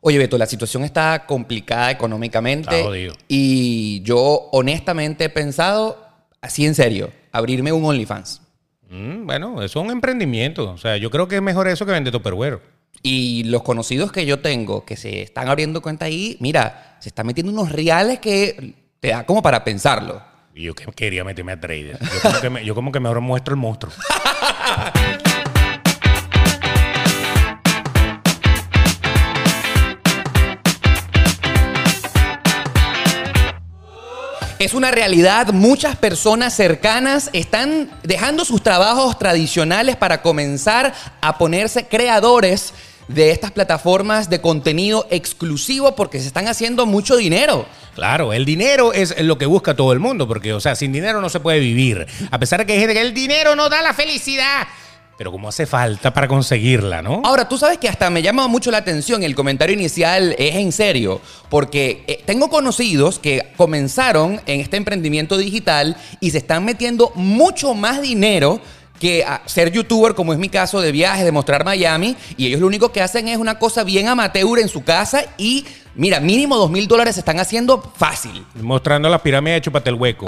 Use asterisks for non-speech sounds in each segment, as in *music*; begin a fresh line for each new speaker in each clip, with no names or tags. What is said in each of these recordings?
Oye, Beto, la situación está complicada económicamente.
Está jodido.
Y yo honestamente he pensado, así en serio, abrirme un OnlyFans.
Mm, bueno, eso es un emprendimiento. O sea, yo creo que es mejor eso que vender Tupperware.
Y los conocidos que yo tengo que se están abriendo cuenta ahí, mira, se están metiendo unos reales que te da como para pensarlo.
Y yo que quería meterme a trader. Yo como que, me- yo como que mejor muestro el monstruo.
Es una realidad, muchas personas cercanas están dejando sus trabajos tradicionales para comenzar a ponerse creadores de estas plataformas de contenido exclusivo porque se están haciendo mucho dinero.
Claro, el dinero es lo que busca todo el mundo, porque, o sea, sin dinero no se puede vivir. A pesar de que hay gente que el dinero no da la felicidad. Pero como hace falta para conseguirla, ¿no?
Ahora, tú sabes que hasta me llama mucho la atención el comentario inicial, es en serio, porque eh, tengo conocidos que comenzaron en este emprendimiento digital y se están metiendo mucho más dinero que a ser youtuber, como es mi caso de viajes, de mostrar Miami, y ellos lo único que hacen es una cosa bien amateur en su casa y, mira, mínimo dos mil dólares se están haciendo fácil.
Mostrando las pirámides de chupate
*laughs*
el hueco.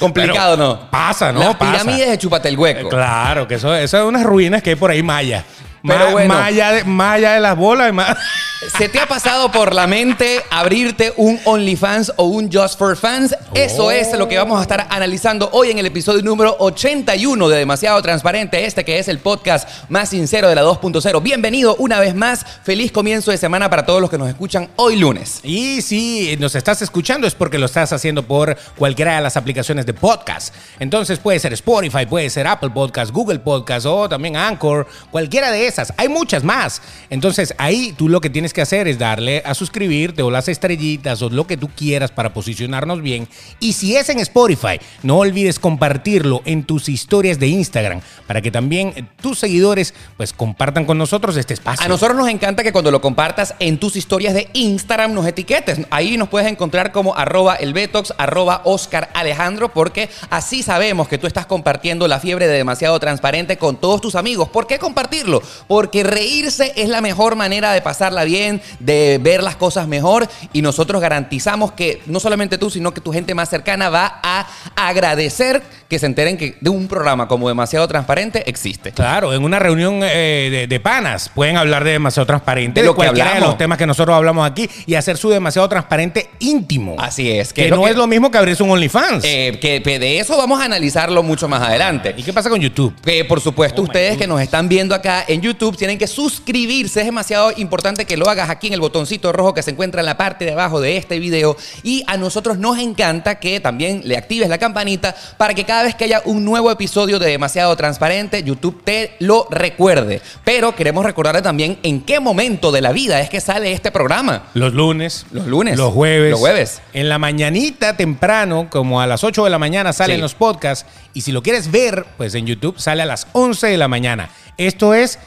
Complicado,
Pero
¿no?
pasa, ¿no?
Las
Pasa.
pirámides de Chupate el Hueco.
Claro, que eso, eso es unas ruinas que hay por ahí maya.
Pero
Ma-
bueno.
maya, de, maya de las bolas. y ma- *laughs*
¿Se te ha pasado por la mente abrirte un OnlyFans o un Just for Fans? Eso
Oh.
es lo que vamos a estar analizando hoy en el episodio número 81 de Demasiado Transparente, este que es el podcast más sincero de la 2.0. Bienvenido una vez más. Feliz comienzo de semana para todos los que nos escuchan hoy lunes.
Y si nos estás escuchando es porque lo estás haciendo por cualquiera de las aplicaciones de podcast. Entonces puede ser Spotify, puede ser Apple Podcast, Google Podcast o también Anchor, cualquiera de esas. Hay muchas más. Entonces ahí tú lo que tienes que hacer es darle a suscribirte o las estrellitas o lo que tú quieras para posicionarnos bien. Y si es en Spotify, no olvides compartirlo en tus historias de Instagram para que también eh, tus seguidores pues compartan con nosotros este espacio.
A nosotros nos encanta que cuando lo compartas en tus historias de Instagram nos etiquetes. Ahí nos puedes encontrar como arroba elbetox, arroba Oscar Alejandro, porque así sabemos que tú estás compartiendo la fiebre de demasiado transparente con todos tus amigos. ¿Por qué compartirlo? Porque reírse es la mejor manera de pasarla bien, de ver las cosas mejor y nosotros garantizamos que no solamente tú, sino que tu gente más cercana va a agradecer que se enteren que de un programa como demasiado transparente existe.
Claro, en una reunión eh, de, de panas pueden hablar de demasiado transparente,
De
de,
lo que
cualquiera de
hablamos.
los temas que nosotros hablamos aquí y hacer su demasiado transparente íntimo.
Así es,
que, no es lo mismo que abrirse un OnlyFans.
Eh, que que de eso vamos a analizarlo mucho más adelante.
¿Y qué pasa con YouTube?
Que por supuesto
Oh, my
ustedes que nos están viendo acá en YouTube tienen que suscribirse. Es demasiado importante que lo hagas aquí en el botoncito rojo que se encuentra en la parte de abajo de este video. Y a nosotros nos encanta que también le actives la campanita para que cada vez que haya un nuevo episodio de Demasiado Transparente, YouTube te lo recuerde. Pero queremos recordarle también en qué momento de la vida es que sale este programa.
Los lunes.
Los lunes.
Los jueves.
Los jueves.
En la mañanita temprano, como a las 8 de la mañana salen
Sí.
los podcasts. Y si lo quieres ver, pues en YouTube sale a las 11 de la mañana. Esto es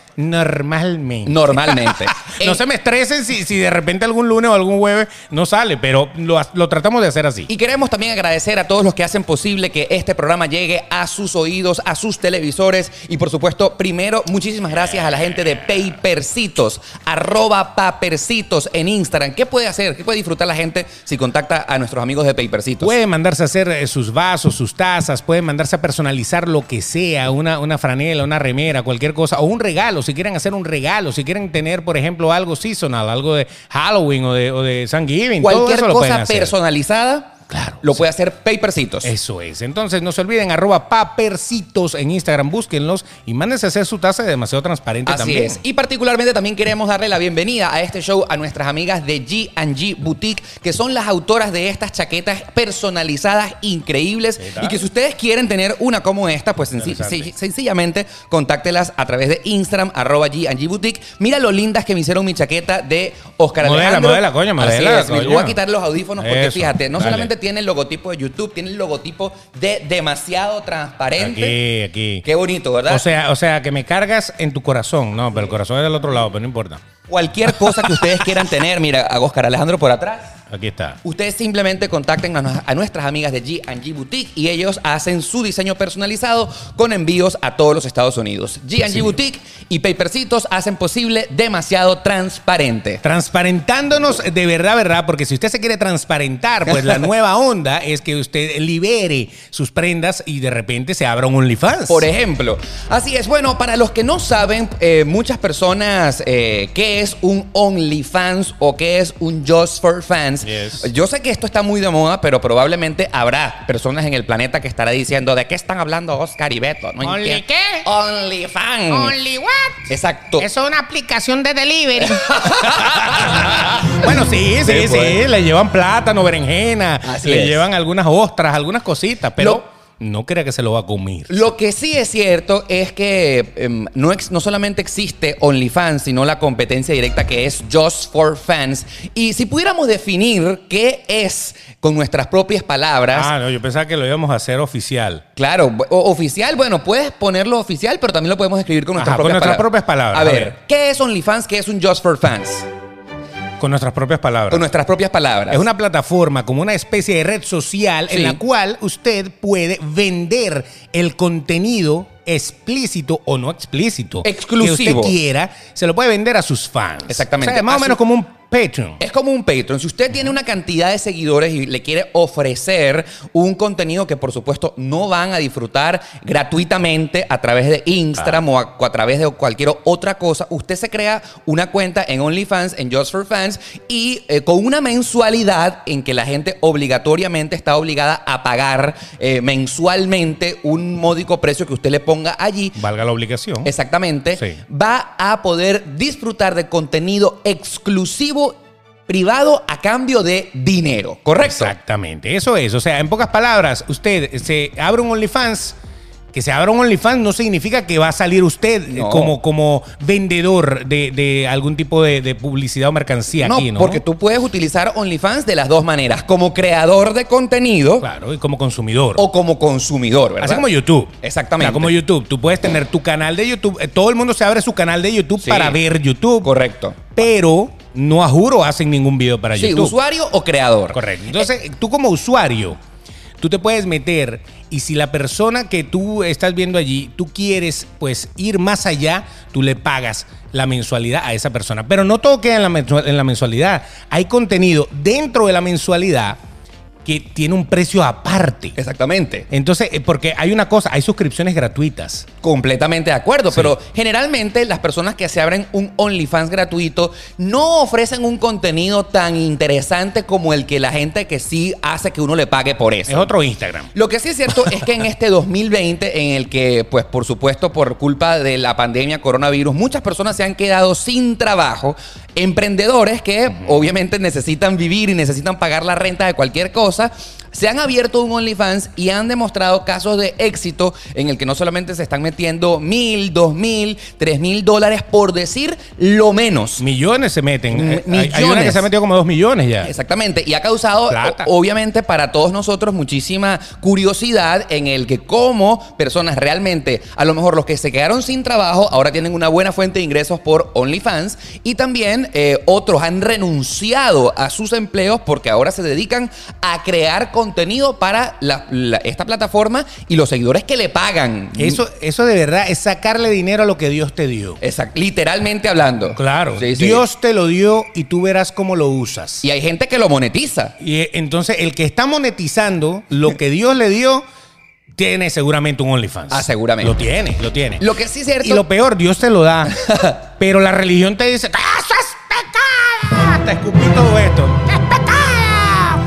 normalmente. *laughs*
Normalmente.
No se me estresen si, si de repente algún lunes o algún jueves no sale, pero lo, lo tratamos de hacer así.
Y queremos también agradecer a todos los que hacen posible que este programa llegue a sus oídos, a sus televisores. Y por supuesto, primero, muchísimas gracias a la gente de Papercitos, arroba papercitos en Instagram. ¿Qué puede hacer? ¿Qué puede disfrutar la gente si contacta a nuestros amigos de Papercitos?
Pueden mandarse a hacer eh, sus vasos, sus tazas, pueden mandarse a personalizar lo que sea, una, una franela, una remera, cualquier cosa, o un regalo, si quieren hacer un regalo, si quieren tener, por ejemplo, algo seasonal, algo de Halloween o de, o de Thanksgiving, todo
Cualquier
eso lo pueden
cosa
hacer.
personalizada
Claro,
lo puede hacer Papercitos.
Eso es. Entonces, no se olviden, arroba papercitos en Instagram, búsquenlos y mándense a hacer su taza de demasiado transparente
Así
también.
es. Y particularmente también queremos darle la bienvenida a este show a nuestras amigas de G&G Boutique, que son las autoras de estas chaquetas personalizadas increíbles
¿Qué tal?
y que si ustedes quieren tener una como esta, pues senc-
Interesante.
sen- sencillamente contáctelas a través de Instagram, arroba G&G Boutique. Mira lo lindas que me hicieron mi chaqueta de Oscar
Modela,
Alejandro.
modela, coño,
Así
modela,
es. Me
coño.
voy a quitar los audífonos porque
Eso,
fíjate, no
dale.
solamente tiene el logotipo de YouTube, tiene el logotipo de demasiado transparente.
Aquí, aquí.
Qué bonito, ¿verdad?
O sea, o sea, que me cargas en tu corazón. No, pero el corazón es del otro lado, pero no importa.
Cualquier cosa que ustedes quieran tener, mira, a Oscar Alejandro por atrás.
Aquí está.
Ustedes simplemente contacten a, nos- a nuestras amigas de G&G Boutique y ellos hacen su diseño personalizado con envíos a todos los Estados Unidos. G&G Boutique y Papercitos hacen posible demasiado transparente.
Transparentándonos de verdad, verdad, porque si usted se quiere transparentar, pues
*laughs*
la nueva onda es que usted libere sus prendas y de repente se abra un OnlyFans.
Por ejemplo. Así es. Bueno, para los que no saben, eh, muchas personas, eh, ¿qué es un OnlyFans o qué es un Just for Fans?
Yes.
Yo sé que esto está muy de moda, pero probablemente habrá personas en el planeta que estará diciendo, ¿de qué están hablando Oscar y Beto? No
¿Only
entiendo".
qué?
OnlyFans.
Only what?
Exacto.
Eso es una aplicación de delivery. bueno,
*laughs*
sí, sí, sí,
Sí, pues.
Le llevan plátano, berenjena.
Así
le
es.
llevan algunas ostras, algunas cositas, pero no crea que se lo va a comer.
Lo que sí es cierto es que em, no, ex- no solamente existe OnlyFans, sino la competencia directa que es Just for Fans. Y si pudiéramos definir qué es con nuestras propias palabras,
Ah, no, yo pensaba que lo íbamos a hacer oficial.
claro, bu- o- oficial, bueno, puedes ponerlo oficial, pero también lo podemos escribir con nuestras,
Ajá, con
propias,
nuestras propias palabras,
A
a
ver,
ver.
¿qué es OnlyFans? ¿Qué es un Just for Fans?
Con nuestras propias palabras.
Con nuestras propias palabras.
Es una plataforma, como una especie de red social
Sí.
en la cual usted puede vender el contenido explícito o no explícito que
Exclusivo.
usted quiera, se lo puede vender a sus fans.
Exactamente.
O sea, más
A
o
su-
menos como un Patreon.
Es como un Patreon. Si usted tiene una cantidad de seguidores y le quiere ofrecer un contenido que por supuesto no van a disfrutar gratuitamente a través de Instagram o a, o a través de cualquier otra cosa, usted se crea una cuenta en OnlyFans, en Just for Fans y eh, con una mensualidad en que la gente obligatoriamente está obligada a pagar eh, mensualmente un módico precio que usted le ponga allí
Valga la obligación.
Exactamente.
Sí.
Va a poder disfrutar de contenido exclusivo privado a cambio de dinero, ¿correcto?
Exactamente, eso es. O sea, en pocas palabras, usted se abre un OnlyFans. Que se abra un OnlyFans no significa que va a salir usted eh,
No.
como, como vendedor de, de algún tipo de, de publicidad o mercancía
No,
aquí, ¿no?
porque tú puedes utilizar OnlyFans de las dos maneras, como creador de contenido
Claro, y como consumidor.
o como consumidor, ¿verdad?
Así como YouTube.
Exactamente.
O sea, como YouTube. Tú puedes tener tu canal de YouTube. Eh, Todo el mundo se abre su canal de YouTube
Sí.
para ver YouTube.
Correcto.
Pero no a juro hacen ningún video para
Sí,
YouTube.
usuario o creador.
Correcto. Entonces, tú como usuario, tú te puedes meter y si la persona que tú estás viendo allí, tú quieres pues ir más allá, tú le pagas la mensualidad a esa persona. Pero no todo queda en la, mensua- en la mensualidad. Hay contenido dentro de la mensualidad que tiene un precio aparte.
Exactamente.
Entonces, eh, porque hay una cosa, hay suscripciones gratuitas.
Completamente de acuerdo, pero generalmente las personas que se abren un OnlyFans gratuito no ofrecen un contenido tan interesante como el que la gente que sí hace que uno le pague por eso.
Es otro Instagram.
Lo que sí es cierto es que en este 2020, en el que, pues por supuesto, por culpa de la pandemia coronavirus, muchas personas se han quedado sin trabajo, emprendedores que obviamente necesitan vivir y necesitan pagar la renta de cualquier cosa. Se han abierto un OnlyFans y han demostrado casos de éxito en el que no solamente se están metiendo mil, dos mil, tres mil dólares por decir lo menos.
Millones se meten.
M-
Eh, hay- Hay una que
millones.
se ha metido como dos millones ya.
Exactamente, y ha causado
Plata.
o- obviamente para todos nosotros muchísima curiosidad en el que cómo personas realmente, a lo mejor los que se quedaron sin trabajo, ahora tienen una buena fuente de ingresos por OnlyFans y también eh, otros han renunciado a sus empleos porque ahora se dedican a crear contenido para la- la- esta plataforma y los seguidores que le pagan.
Eso, eso de verdad es sacarle dinero a lo que Dios te dio.
Exact- literalmente hablando.
Claro.
Sí, sí.
Dios te lo dio y tú verás cómo lo usas.
Y hay gente que lo monetiza.
Y eh, entonces el que está monetizando lo que Dios le dio, tiene seguramente un OnlyFans.
Ah, seguramente.
Lo tiene, lo tiene.
Lo que sí es cierto.
Y lo peor, Dios te
*laughs*
lo da. pero la religión te dice, ¡eso es pecado! Te escupí todo esto. ¡Es pecado!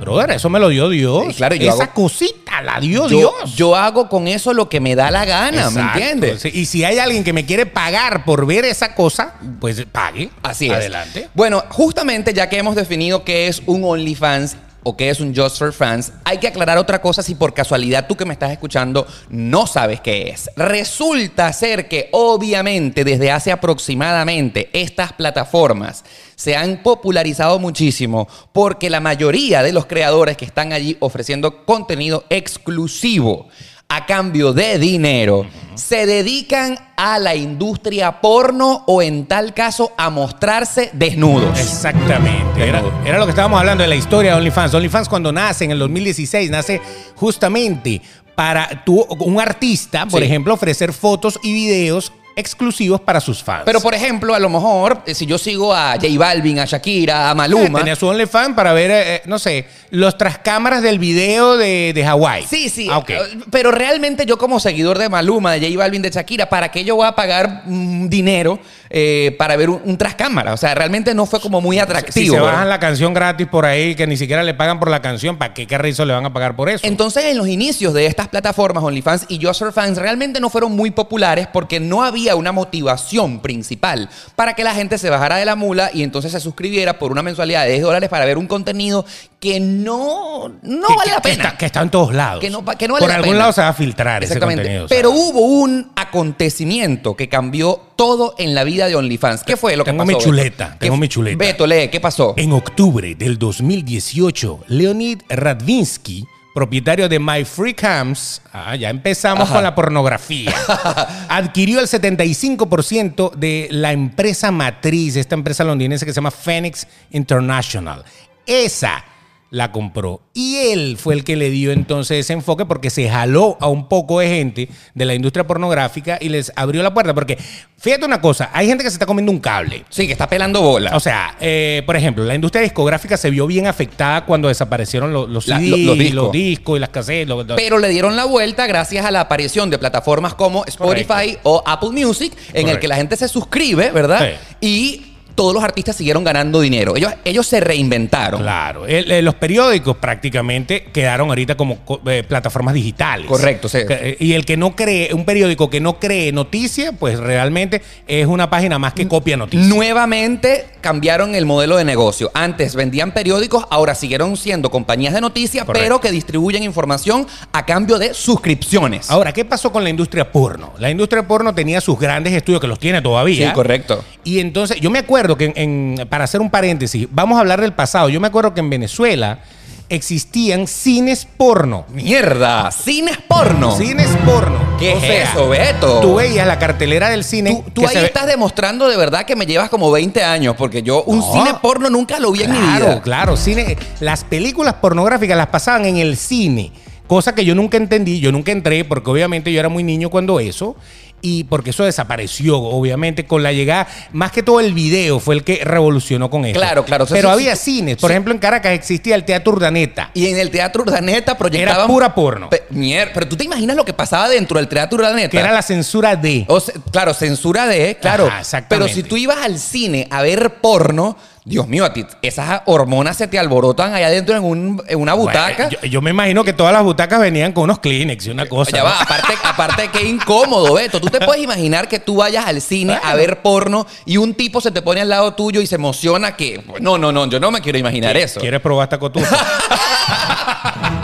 Brother, eso me lo dio Dios.
Sí, claro, yo
Esa
hago-
cosita la
yo,
dio Oh, Dios.
yo hago con eso lo que me da la gana, ¿me
Exacto.
entiendes?
Sí, Y si hay alguien que me quiere pagar por ver esa cosa, pues pague.
Así es.
Adelante.
Bueno, justamente ya que hemos definido qué es un OnlyFans o qué es un Just for Fans, hay que aclarar otra cosa si por casualidad tú que me estás escuchando no sabes qué es. Resulta ser que obviamente desde hace aproximadamente estas plataformas se han popularizado muchísimo porque la mayoría de los creadores que están allí ofreciendo contenido exclusivo a cambio de dinero se dedican a la industria porno o en tal caso a mostrarse desnudos.
Exactamente. Era,
Desnudo.
era lo que estábamos hablando de la historia de OnlyFans. OnlyFans cuando nace en el 2016 nace justamente para tu, un artista, por
Sí.
ejemplo, ofrecer fotos y videos exclusivos para sus fans.
Pero por ejemplo, a lo mejor eh, si yo sigo a J Balvin, a Shakira, a
Eh,
Maluma,
tenía su OnlyFans para ver, eh, eh, no sé, los trascámaras del video de, de Hawái.
Sí, sí.
Ah, ok.
Eh, Pero realmente yo como seguidor de Maluma, de J Balvin, de Shakira, ¿para qué yo voy a pagar mm, dinero eh, para ver un, un trascámara? O sea, realmente no fue como muy
Si
atractivo.
se
¿verdad?
bajan la canción gratis por ahí, que ni siquiera le pagan por la canción, ¿para qué carrizo le van a pagar por eso?
Entonces, en los inicios de estas plataformas, OnlyFans y JustFans realmente no fueron muy populares porque no había una motivación principal para que la gente se bajara de la mula y entonces se suscribiera por una mensualidad de 10 dólares para ver un contenido que no, no
Que-
vale
que-
la
que
pena.
está- que está en todos lados.
Que no pa- que no vale
por
la
algún
pena.
lado se va a filtrar ese
Exactamente.
contenido. o sea.
Pero hubo un acontecimiento que cambió todo en la vida de OnlyFans. ¿Qué fue lo que
Tengo
pasó?
mi
Beto?
chuleta,
¿Qué
tengo
fu-
mi chuleta. Eh.
Beto, lee, ¿qué pasó?
En octubre del 2018, Leonid Radvinsky, propietario de My Free Camps, ah, ya empezamos
Ajá.
con la pornografía, adquirió el 75% de la empresa matriz, esta empresa londinense que se llama Phoenix International. Esa la compró y él fue el que le dio entonces ese enfoque porque se jaló a un poco de gente de la industria pornográfica y les abrió la puerta porque fíjate una cosa, hay gente que se está comiendo un cable.
Sí, que está pelando bola.
O sea, eh, por ejemplo, la industria discográfica se vio bien afectada cuando desaparecieron los, los
La-
CD,
lo- los
los,
discos.
discos. y las cassettes. los- los-
pero le dieron la vuelta gracias a la aparición de plataformas como Spotify o Apple Music, en el
Correcto.
que la gente se suscribe, ¿verdad? Y todos los artistas siguieron ganando dinero. Ellos, ellos se reinventaron.
Claro, El- eh, los periódicos prácticamente quedaron ahorita como co- eh, plataformas digitales.
Correcto, sí.
Que- eh, Y el que no cree, un periódico que no cree noticia, pues realmente es una página más que copia noticias.
Nuevamente cambiaron el modelo de negocio. Antes vendían periódicos, ahora siguieron siendo compañías de noticias,
Correcto.
pero que distribuyen información a cambio de suscripciones.
Ahora, ¿qué pasó con la industria porno? La industria porno tenía sus grandes estudios, que los tiene todavía.
Sí, correcto.
Y entonces, yo me acuerdo que, en- en- para hacer un paréntesis, vamos a hablar del pasado. Yo me acuerdo que en Venezuela existían cines porno.
Mierda, cines porno.
Cines porno.
¿Qué es eso, Beto?
Tú veías la cartelera del cine.
Tú, tú
que
ahí
se ve-
estás demostrando de verdad que me llevas como 20 años, porque yo un
No.
cine porno nunca lo vi en mi vida.
Claro, claro. Cine, las películas pornográficas las pasaban en el cine. Cosa que yo nunca entendí, yo nunca entré, porque obviamente yo era muy niño cuando eso. Y porque eso desapareció, obviamente, con la llegada. Más que todo el video fue el que revolucionó con eso.
Claro, claro. O sea,
Pero
sí,
había
sí,
cines. Por ejemplo, en Caracas existía el Teatro Urdaneta.
Y en el Teatro Urdaneta proyectaban...
Era pura porno.
Pe- mier- Pero tú te imaginas lo que pasaba dentro del Teatro Urdaneta.
Que era la censura de.
O sea, claro, censura de, claro.
Ajá, exactamente.
Pero si tú ibas al cine a ver porno, Dios mío, a ti esas hormonas se te alborotan allá adentro en, un- en una butaca. Eh,
Bueno, yo, yo me imagino que todas las butacas venían con unos Kleenex y una cosa.
Ya
¿no?
va, aparte, aparte que incómodo, Beto. Tú te puedes imaginar que tú vayas al cine a
Bueno.
ver porno y un tipo se te pone al lado tuyo y se emociona que. pues, No, no, no, yo no me quiero imaginar eso.
¿Quieres probar esta cotufa?
*laughs*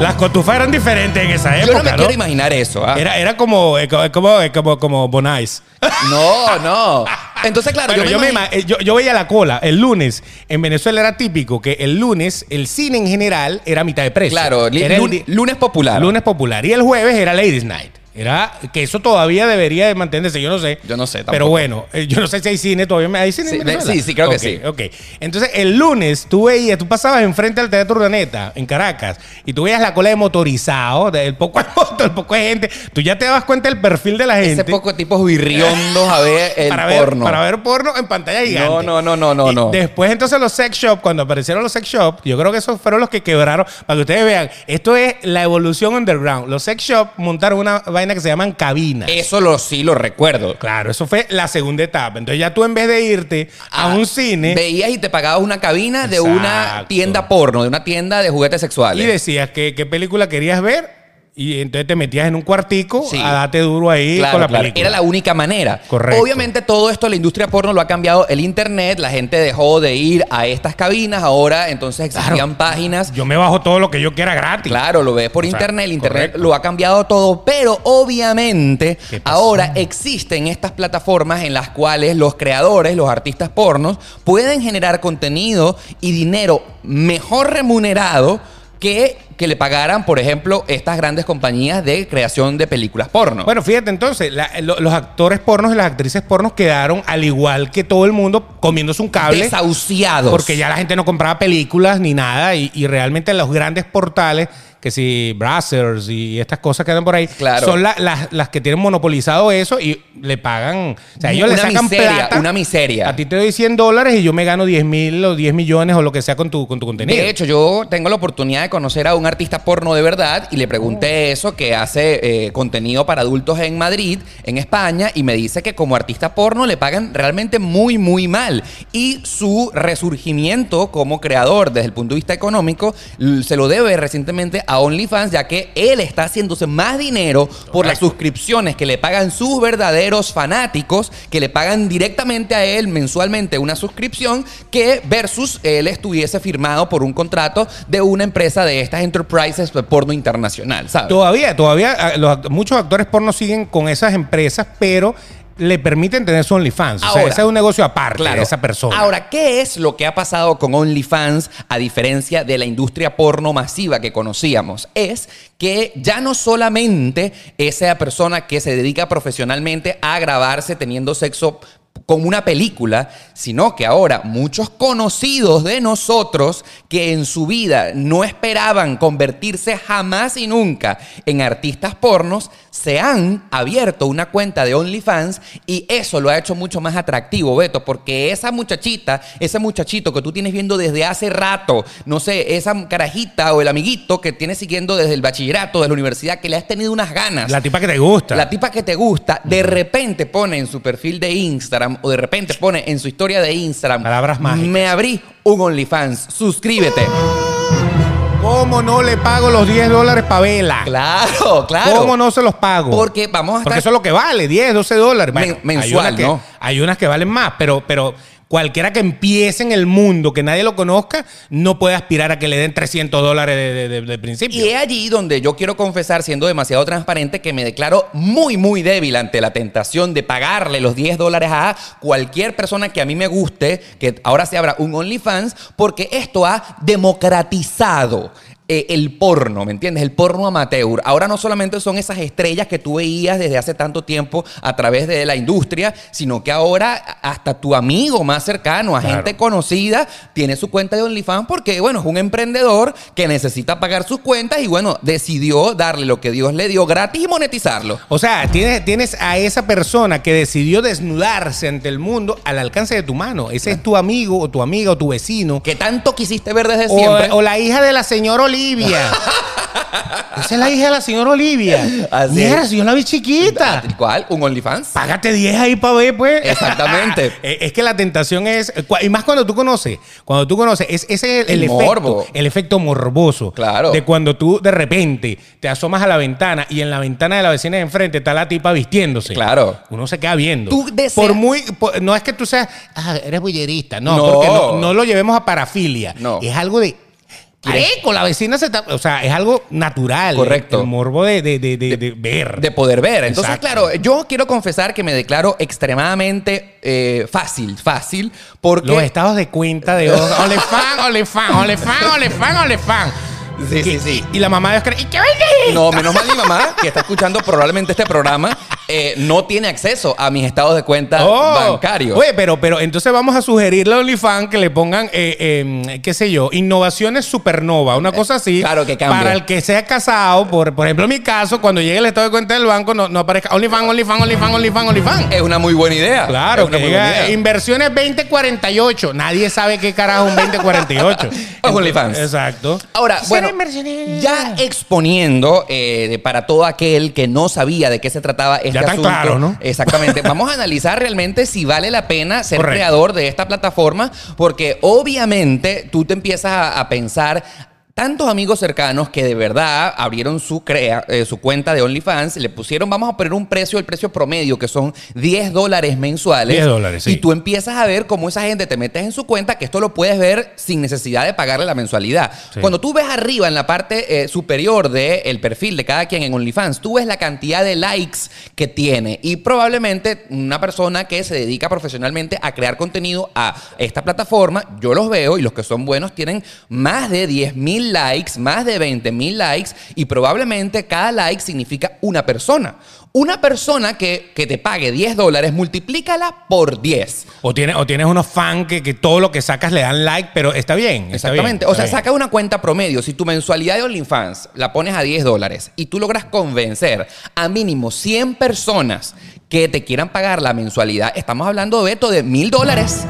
Las cotufas eran diferentes en esa
Yo
época,
no me
¿no?
quiero imaginar eso. ¿ah?
Era, era como, eh, co- como, eh, como, como Bonais.
No, no. Entonces, claro,
Bueno,
yo me imagino-
ima- eh, yo- yo veía la cola el lunes. En Venezuela era típico que el lunes, el cine en general era mitad de precio.
Claro, li-
Era el
lun-
di-
lunes popular.
Lunes popular. Y el jueves era Ladies Night. Era que eso todavía debería de mantenerse, yo no sé.
Yo no sé tampoco.
Pero bueno, eh, yo no sé si hay cine todavía. ¿Hay cine en
Sí,
Venezuela?
sí, sí, creo que
Ok,
sí.
Ok. Entonces, el lunes tú veías, tú pasabas enfrente al Teatro Urdaneta en Caracas y tú veías la cola de motorizados, del poco de *laughs* moto, el poco de gente. Tú ya te dabas cuenta del perfil de la gente.
ese poco de tipos virriondos a
*laughs*
ver el
para
porno.
Ver, para ver porno en pantalla gigante.
no, no, no, no,
Y
no.
Después entonces los sex shop, cuando aparecieron los sex shop, yo creo que esos fueron los que quebraron. Para que ustedes vean, esto es la evolución underground. Los sex shop montaron una vaina que se llaman cabinas.
Eso lo, sí lo recuerdo.
Claro, eso fue la segunda etapa. Entonces ya tú en vez de irte a
Ah,
un cine
Veías y te pagabas una cabina de una
Exacto.
tienda porno, de una tienda de juguetes
y
sexuales.
decías que, qué película querías ver y entonces te metías en un cuartico
Sí.
a darte duro ahí
Claro,
con la
claro.
película.
Era la única manera.
Correcto.
Obviamente todo esto, la industria porno lo ha cambiado el internet, la gente dejó de ir a estas cabinas, ahora entonces existían páginas.
Yo me bajo todo lo que yo quiera gratis.
Claro, lo ves por
O sea,
internet, el internet
correcto.
lo ha cambiado todo, pero obviamente
¿Qué pasó?
ahora existen estas plataformas en las cuales los creadores, los artistas pornos, pueden generar contenido y dinero mejor remunerado que que le pagaran, por ejemplo, estas grandes compañías de creación de películas porno.
Bueno, fíjate entonces, la- lo- los actores pornos y las actrices pornos quedaron al igual que todo el mundo comiéndose un cable.
desahuciados.
Porque ya la gente no compraba películas ni nada y, y realmente los grandes portales, que si Brazzers y estas cosas que andan por ahí,
Claro.
son la- las, las que tienen monopolizado eso y le pagan, o sea, ellos le
Una
sacan
miseria,
plata.
una miseria.
A ti te doy 100 dólares y yo me gano 10 mil o 10 millones o lo que sea con tu, con tu contenido.
De hecho, yo tengo la oportunidad de conocer a un artista porno de verdad y le pregunté eso, que hace eh, contenido para adultos en Madrid, en España, y me dice que como artista porno le pagan realmente muy, muy mal. Y su resurgimiento como creador desde el punto de vista económico l- se lo debe recientemente a OnlyFans, ya que él está haciéndose más dinero por las suscripciones que le pagan sus verdaderos fanáticos, que le pagan directamente a él mensualmente una suscripción, que versus él estuviese firmado por un contrato de una empresa de estas enterprises de porno internacional, ¿sabes?
Todavía, todavía ah, los act- muchos actores porno siguen con esas empresas, pero le permiten tener su OnlyFans. o sea,
Ahora.
ese es un negocio aparte
Claro.
de esa persona.
Ahora, ¿qué es lo que ha pasado con OnlyFans a diferencia de la industria porno masiva que conocíamos? Es que ya no solamente esa persona que se dedica profesionalmente a grabarse teniendo sexo con una película, sino que ahora muchos conocidos de nosotros que en su vida no esperaban convertirse jamás y nunca en artistas pornos, se han abierto una cuenta de OnlyFans y eso lo ha hecho mucho más atractivo, Beto, porque esa muchachita, ese muchachito que tú tienes viendo desde hace rato, no sé, esa carajita o el amiguito que tienes siguiendo desde el bachillerato, de la universidad, que le has tenido unas ganas.
La tipa que te gusta.
La tipa que te gusta, de repente pone en su perfil de Instagram o de repente pone en su historia de Instagram.
Palabras mágicas.
Me abrí un OnlyFans. Suscríbete.
¿Cómo no le pago los 10 dólares para vela?
Claro, claro.
¿Cómo no se los pago?
Porque vamos a estar-
Porque eso es lo que vale, 10, 12 dólares.
Men- mensual,
hay unas que,
¿no?
Hay unas que valen más, pero, pero cualquiera que empiece en el mundo, que nadie lo conozca, no puede aspirar a que le den 300 dólares de, de- de- de principio.
Y es allí donde yo quiero confesar, siendo demasiado transparente, que me declaro muy, muy débil ante la tentación de pagarle los 10 dólares a cualquier persona que a mí me guste, que ahora se abra un OnlyFans, porque esto ha democratizado. eh, el porno, ¿me entiendes? El porno amateur. Ahora no solamente son esas estrellas que tú veías desde hace tanto tiempo a través de la industria, sino que ahora hasta tu amigo más cercano, a
Claro.
gente conocida tiene su cuenta de OnlyFans porque, bueno, es un emprendedor que necesita pagar sus cuentas y, bueno, decidió darle lo que Dios le dio gratis y monetizarlo.
O sea, tienes, tienes a esa persona que decidió desnudarse ante el mundo al alcance de tu mano. Ese es tu amigo o tu amiga o tu vecino.
Que tanto quisiste ver desde
O,
siempre.
o la hija de la
*laughs*
señora Olivia. Esa es la hija de la señora Olivia.
Así
Mira,
es.
si yo la vi chiquita.
¿Cuál? ¿Un OnlyFans?
Págate 10 ahí para ver, pues.
Exactamente.
*laughs* Eh, es que la tentación es. eh, cua- Y más cuando tú conoces. Cuando tú conoces. Es, ese es el,
El
efecto.
morbo.
El efecto morboso.
Claro.
De cuando tú de repente te asomas a la ventana y en la ventana de la vecina de enfrente está la tipa vistiéndose.
Claro.
Uno se queda viendo.
Tú deseas-
Por muy. por- no es que tú seas. Ah, eres bullerista. No,
No.
porque no, no lo llevemos a parafilia.
No.
Es algo de.
Quieres-
"Ay, con la vecina se está. O sea, es algo natural.
Correcto.
El morbo de, de- de- de- de ver.
De poder ver. Entonces,
Exacto.
claro, yo quiero confesar que me declaro extremadamente eh, fácil, fácil, porque...
Los estados de cuenta de Olefan, Olefan, Olefan, Olefan, Olefan.
Sí, sí, sí.
Y la mamá de Oscar, ¿y qué vende?
No, menos mal mi mamá, que está escuchando probablemente este programa, eh, no tiene acceso a mis estados de cuenta bancarios.
Oh. Oye, pero, pero entonces vamos a sugerirle a OnlyFans que le pongan, eh, eh, qué sé yo, innovaciones supernova, una cosa así.
Eh, claro, que cambie.
Para el que sea casado, por, por ejemplo, en mi caso, cuando llegue el estado de cuenta del banco, no, no aparezca OnlyFans, OnlyFans, OnlyFans, OnlyFans, OnlyFans.
Es una muy buena idea.
Claro,
Es una
que
muy
diga,
buena idea.
inversiones 2048. Nadie sabe qué carajo es
*laughs*
un 2048.
OnlyFans.
Exacto.
Ahora,
Ser
bueno, ya
inversionista.
exponiendo eh, de- para todo aquel que no sabía de qué se trataba este
Ya está
asunto.
claro, ¿no? *laughs*
Exactamente. Vamos a analizar realmente si vale la pena ser
Correcto.
creador de esta plataforma, porque obviamente tú te empiezas a, a pensar. Tantos amigos cercanos que de verdad abrieron su, crea, eh, su cuenta de OnlyFans, le pusieron, vamos a poner un precio, el precio promedio, que son 10 dólares mensuales.
10 dólares, sí.
Y tú empiezas a ver cómo esa gente te metes en su cuenta, que esto lo puedes ver sin necesidad de pagarle la mensualidad.
Sí.
Cuando tú ves arriba en la parte eh, superior del perfil de cada quien en OnlyFans, tú ves la cantidad de likes que tiene y probablemente una persona que se dedica profesionalmente a crear contenido a esta plataforma, yo los veo y los que son buenos tienen más de 10 mil mil likes, más de 20 mil likes, y probablemente cada like significa una persona. Una persona que, que te pague 10 dólares, multiplícala por 10.
O, tiene, o tienes unos fans que, que todo lo que sacas le dan like, pero está bien. está bien,
Exactamente.
está
o sea,
bien.
saca una cuenta promedio. Si tu mensualidad de OnlyFans la pones a 10 dólares y tú logras convencer a mínimo 100 personas que te quieran pagar la mensualidad, estamos hablando, Beto, de mil dólares.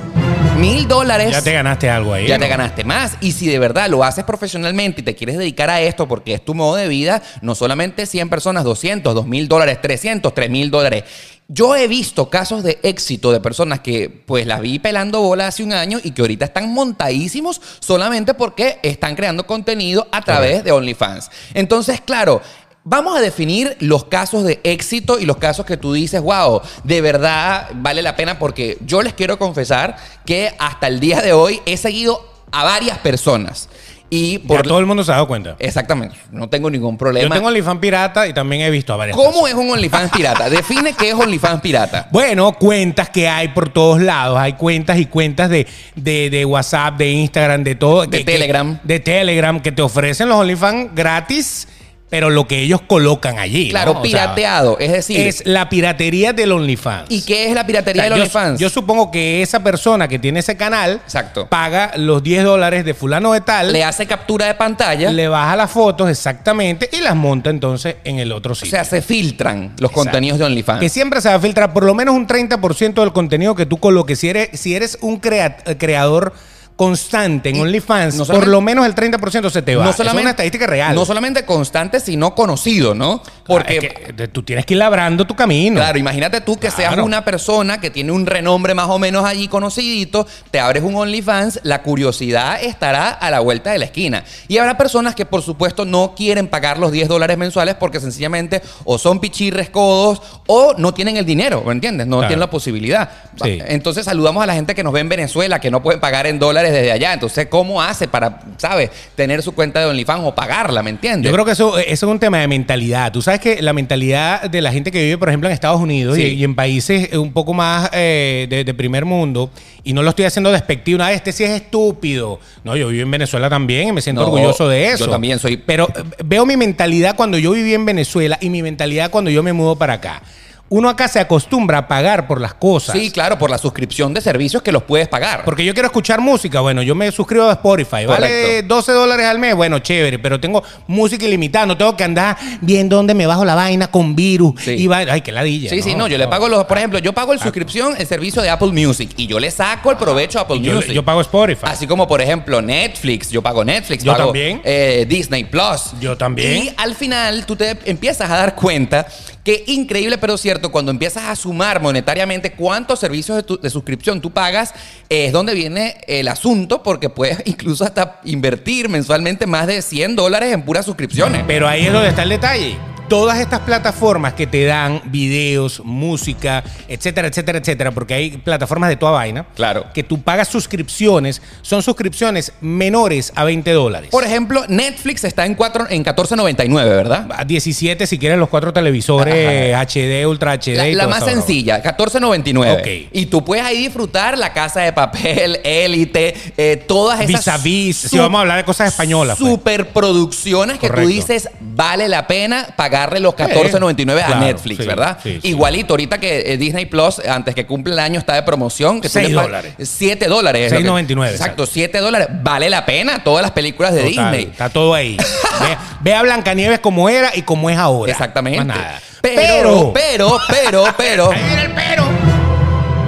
Mil dólares.
Ya te ganaste algo ahí.
Ya
¿no?
te ganaste más. Y si de verdad lo haces profesionalmente y te quieres dedicar a esto porque es tu modo de vida, no solamente 100 personas, 200, 2 mil dólares, 300, 3 mil dólares. Yo he visto casos de éxito de personas que pues las vi pelando bola hace un año y que ahorita están montadísimos solamente porque están creando contenido a través de OnlyFans. Entonces, claro, Vamos a definir los casos de éxito y los casos que tú dices, wow, de verdad vale la pena porque yo les quiero confesar que hasta el día de hoy he seguido a varias personas. Y
Ya
por...
todo el mundo se ha dado cuenta.
Exactamente, no tengo ningún
Yo
problema.
tengo OnlyFans pirata y también he visto a varias
¿Cómo es un OnlyFans pirata? Define qué es OnlyFans pirata.
Bueno, cuentas que hay por todos lados. Hay cuentas y cuentas de, de, de WhatsApp, de Instagram, de todo.
De
que- que-
Telegram.
de Telegram, que te ofrecen los OnlyFans gratis, pero lo que ellos colocan allí. ¿no?
Claro,
O sea,
pirateado, es decir...
es la piratería del OnlyFans.
¿Y qué es la
O sea,
piratería del
yo-
OnlyFans?
Yo supongo que esa persona que tiene ese canal
Exacto.
paga los 10 dólares de fulano de tal,
Le
le,
hace captura de pantalla,
baja las fotos exactamente y las monta entonces en el otro sitio.
o sea, ah. se filtran los
Exacto.
contenidos de OnlyFans.
Que siempre se va a filtrar por lo menos un 30% del contenido que tú coloques. Si eres, si eres un crea- eh, creador constante en
Y
OnlyFans,
no
por
solamente-
lo menos el 30% se te va.
No
es
solamente-
una estadística real.
No solamente constante, sino conocido, ¿no? Porque,
Ah, es que, eh, tú tienes que ir labrando tu camino.
claro, imagínate tú que seas
Claro.
una persona que tiene un renombre más o menos allí conocidito, te abres un OnlyFans, la curiosidad estará a la vuelta de la esquina. Y habrá personas que, por supuesto, no quieren pagar los 10 dólares mensuales porque sencillamente o son pichirres codos o no tienen el dinero, ¿me entiendes? No
Claro.
tienen la posibilidad.
Sí.
Entonces saludamos a la gente que nos ve en Venezuela, que no pueden pagar en dólares desde allá. Entonces, ¿cómo hace para, sabes, tener su cuenta de OnlyFans o pagarla, ¿me entiendes?
Yo creo que eso, eh, eso es un tema de mentalidad. Tú sabes que la mentalidad de la gente que vive, por ejemplo, en Estados Unidos
Sí.
y, y en países eh, un poco más eh, de, de primer mundo, y no lo estoy haciendo despectivo, nada, este sí es estúpido. No, yo vivo en Venezuela también y me siento
No,
orgulloso de
yo
eso.
también soy-
Pero eh, veo mi mentalidad cuando yo viví en Venezuela y mi mentalidad cuando yo me mudo para acá. Uno acá se acostumbra a pagar por las cosas.
Sí, claro, por la suscripción de servicios que los puedes pagar.
Porque yo quiero escuchar música. Bueno, yo me suscribo a Spotify. Vale
Correcto.
12 dólares al mes. Bueno, chévere, pero tengo música ilimitada. No tengo que andar viendo dónde me bajo la vaina con virus.
Sí.
Y va... Ay, qué ladilla.
sí, sí, no, yo le pago los, por ejemplo, yo pago
Ah.
el suscripción, el servicio de Apple Music y yo le saco el provecho a Apple
Yo,
Music.
yo pago Spotify.
Así como, por ejemplo, Netflix, yo pago Netflix,
Yo
pago
también.
eh, Disney Plus.
Yo también.
Y al final tú te empiezas a dar cuenta que, increíble pero cierto, cuando empiezas a sumar monetariamente cuántos servicios de, tu- de suscripción tú pagas, eh, es donde viene el asunto, porque puedes *laughs* incluso hasta invertir mensualmente más de 100 dólares en puras suscripciones.
Pero ahí es donde está el detalle. Todas estas plataformas que te dan videos, música, etcétera, etcétera, etcétera, porque hay plataformas de toda vaina.
Claro.
Que tú pagas suscripciones, son suscripciones menores a 20 dólares.
Por ejemplo, Netflix está en, cuatro- en 14.99, ¿verdad?
A 17 si quieres los cuatro televisores HD, Ultra HD.
La,
y
la
todo
más
esa broma.
sencilla, 14.99.
Ok.
Y tú puedes ahí disfrutar La Casa de Papel, Élite, eh, todas esas...
Vis a vis.
su-
Si vamos a hablar de cosas españolas. pues.
Superproducciones que tú
Correcto.
dices vale la pena pagarle los 14.99 a
claro,
Netflix,
sí,
¿verdad?
sí, sí.
Igualito, ahorita que eh, Disney Plus, antes que cumpla el año, está de promoción. Que tú
Seis
le pagas-
dólares.
Siete dólares. es lo que-
6.99,
Exacto, 7 dólares. Vale la pena todas las películas de
Total,
Disney.
Está
*laughs*
todo ahí. ve, ve a Blancanieves como era y como es ahora.
Exactamente.
Más nada.
Pero, pero, pero,
*laughs*
pero.
Ahí viene el pero.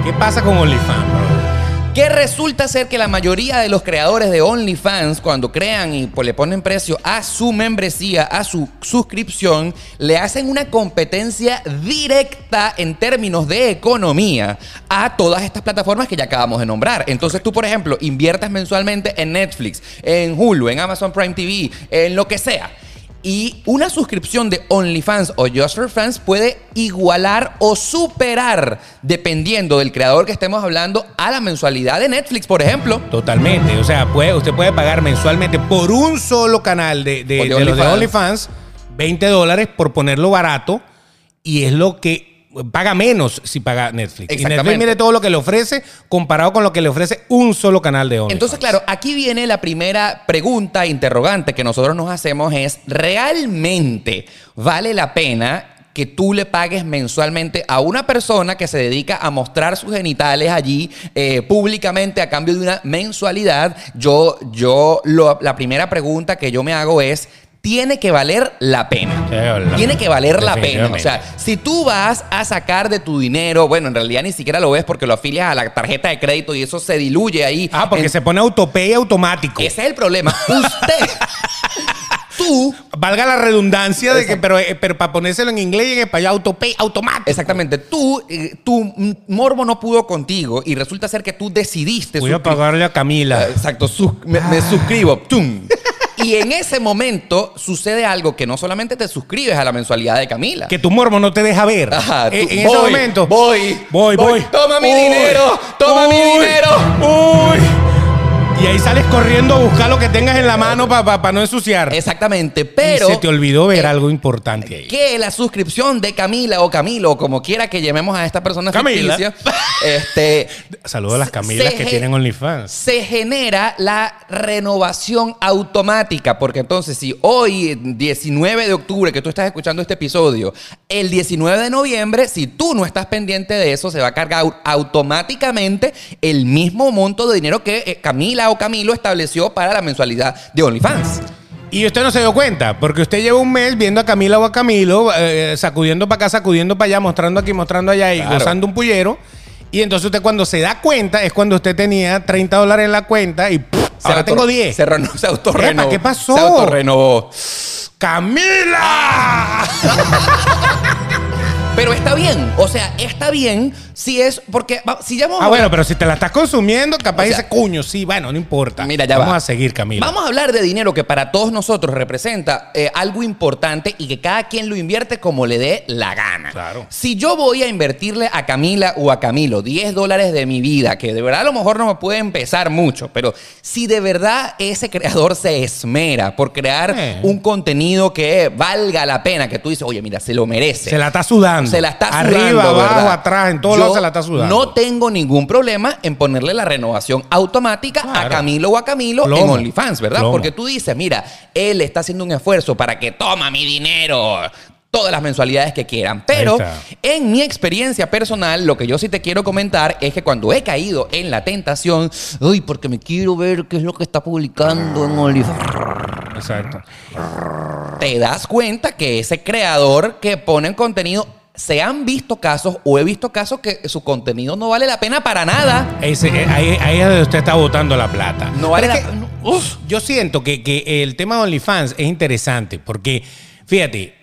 ¿Qué pasa con OnlyFans, bro?
Que resulta ser que la mayoría de los creadores de OnlyFans, cuando crean y pues, le ponen precio a su membresía, a su suscripción, le hacen una competencia directa en términos de economía a todas estas plataformas que ya acabamos de nombrar. Entonces tú, por ejemplo, inviertas mensualmente en Netflix, en Hulu, en Amazon Prime TV, en lo que sea. Y una suscripción de OnlyFans o Just for Fans puede igualar o superar, dependiendo del creador que estemos hablando, a la mensualidad de Netflix, por ejemplo.
Totalmente. O sea, puede, usted puede pagar mensualmente por un solo canal de, de-
O de
de los de
OnlyFans.
OnlyFans 20 dólares por ponerlo barato y es lo que paga menos si paga Netflix. Y Netflix
Exactamente.
mire todo lo que le ofrece comparado con lo que le ofrece un solo canal de OnlyFans.
Entonces, claro, aquí viene la primera pregunta interrogante que nosotros nos hacemos es, ¿realmente vale la pena que tú le pagues mensualmente a una persona que se dedica a mostrar sus genitales allí eh, públicamente a cambio de una mensualidad? Yo, yo, lo- la primera pregunta que yo me hago es, tiene que valer la pena.
Sí, la-
tiene que valer la pena. O
definitivamente.
sea, si tú vas a sacar de tu dinero, bueno, en realidad ni siquiera lo ves porque lo afilias a la tarjeta de crédito y eso se diluye ahí.
Ah, porque
en-
se pone autopay automático.
ese es el problema. Usted, tú,
Valga la redundancia de que, pero, eh, pero para ponérselo en inglés y en español, autopay automático.
exactamente, tú, eh, tu m- morbo no pudo contigo y resulta ser que tú decidiste.
Voy a Ah.
suscri-
pagarle a Camila.
Exacto, sus- me, me suscribo. tum. Y en ese momento sucede algo que no solamente te suscribes a la mensualidad de Camila.
Que tu morbo no te deja ver.
Ajá,
Eh,
tú-
en ese
voy,
momento.
voy,
Voy, voy.
voy. Toma mi
Uy,
dinero, toma mi
uy,
dinero.
Uy. Y ahí sales corriendo a buscar lo que tengas en la mano para no ensuciar.
Exactamente, pero eh,
y se te olvidó ver algo importante ahí.
que la suscripción de Camila o Camilo, o como quiera que llamemos a esta persona
Camila.
ficticia, este,
Saludos a las Camilas
Se-
que tienen OnlyFans.
se genera la renovación automática, porque entonces si hoy, 19 de octubre, que tú estás escuchando este episodio, el 19 de noviembre, si tú no estás pendiente de eso, se va a cargar au- automáticamente el mismo monto de dinero que eh, Camila o Camilo estableció para la mensualidad de OnlyFans.
Y usted no se dio cuenta, porque usted lleva un mes viendo a Camila o a Camilo, eh, sacudiendo para acá, sacudiendo para allá, mostrando aquí, mostrando allá y
Claro.
gozando un pullero. Y entonces usted cuando se da cuenta es cuando usted tenía 30 dólares en la cuenta y ¡puf!
Se
ahora
auto-
tengo 10.
Se, reno- se autorrenovó.
Epa, ¿qué pasó?
Se autorrenovó.
¡Camila!
Ah. Pero está bien, o sea, está bien si es porque va- si ya vamos
Ah,
a-
bueno, pero si te la estás consumiendo, capaz
O sea-
dice cuño, sí, bueno, no importa.
Mira, ya
Vamos
va.
a seguir, Camila.
Vamos a hablar de dinero que para todos nosotros representa eh, algo importante y que cada quien lo invierte como le dé la gana.
Claro.
Si yo voy a invertirle a Camila o a Camilo 10 dólares de mi vida, que de verdad a lo mejor no me puede empezar mucho, pero si de verdad ese creador se esmera por crear
Eh.
un contenido que valga la pena, que tú dices, oye, mira, se lo merece.
Se la está sudando.
Se la está
Arriba,
sudando,
abajo,
¿verdad?
atrás, en todos
Yo
lados se la está sudando.
No tengo ningún problema en ponerle la renovación automática
Claro.
a Camilo o a Camilo en
Plomo.
OnlyFans, ¿verdad?
Plomo.
Porque tú dices, mira, él está haciendo un esfuerzo para que toma mi dinero. Todas las mensualidades que quieran. Pero
está.
en mi experiencia personal, lo que yo sí te quiero comentar es que cuando he caído en la tentación, uy, porque me quiero ver qué es lo que está publicando
Ah.
en OnlyFans
Exacto.
te das cuenta que ese creador que pone contenido, se han visto casos o he visto casos que su contenido no vale la pena para nada.
Ese- eh, ahí, ahí es donde usted está botando la plata.
No vale
Pero es
la-
que,
no,
uf, yo siento que, que el tema de OnlyFans es interesante porque, fíjate,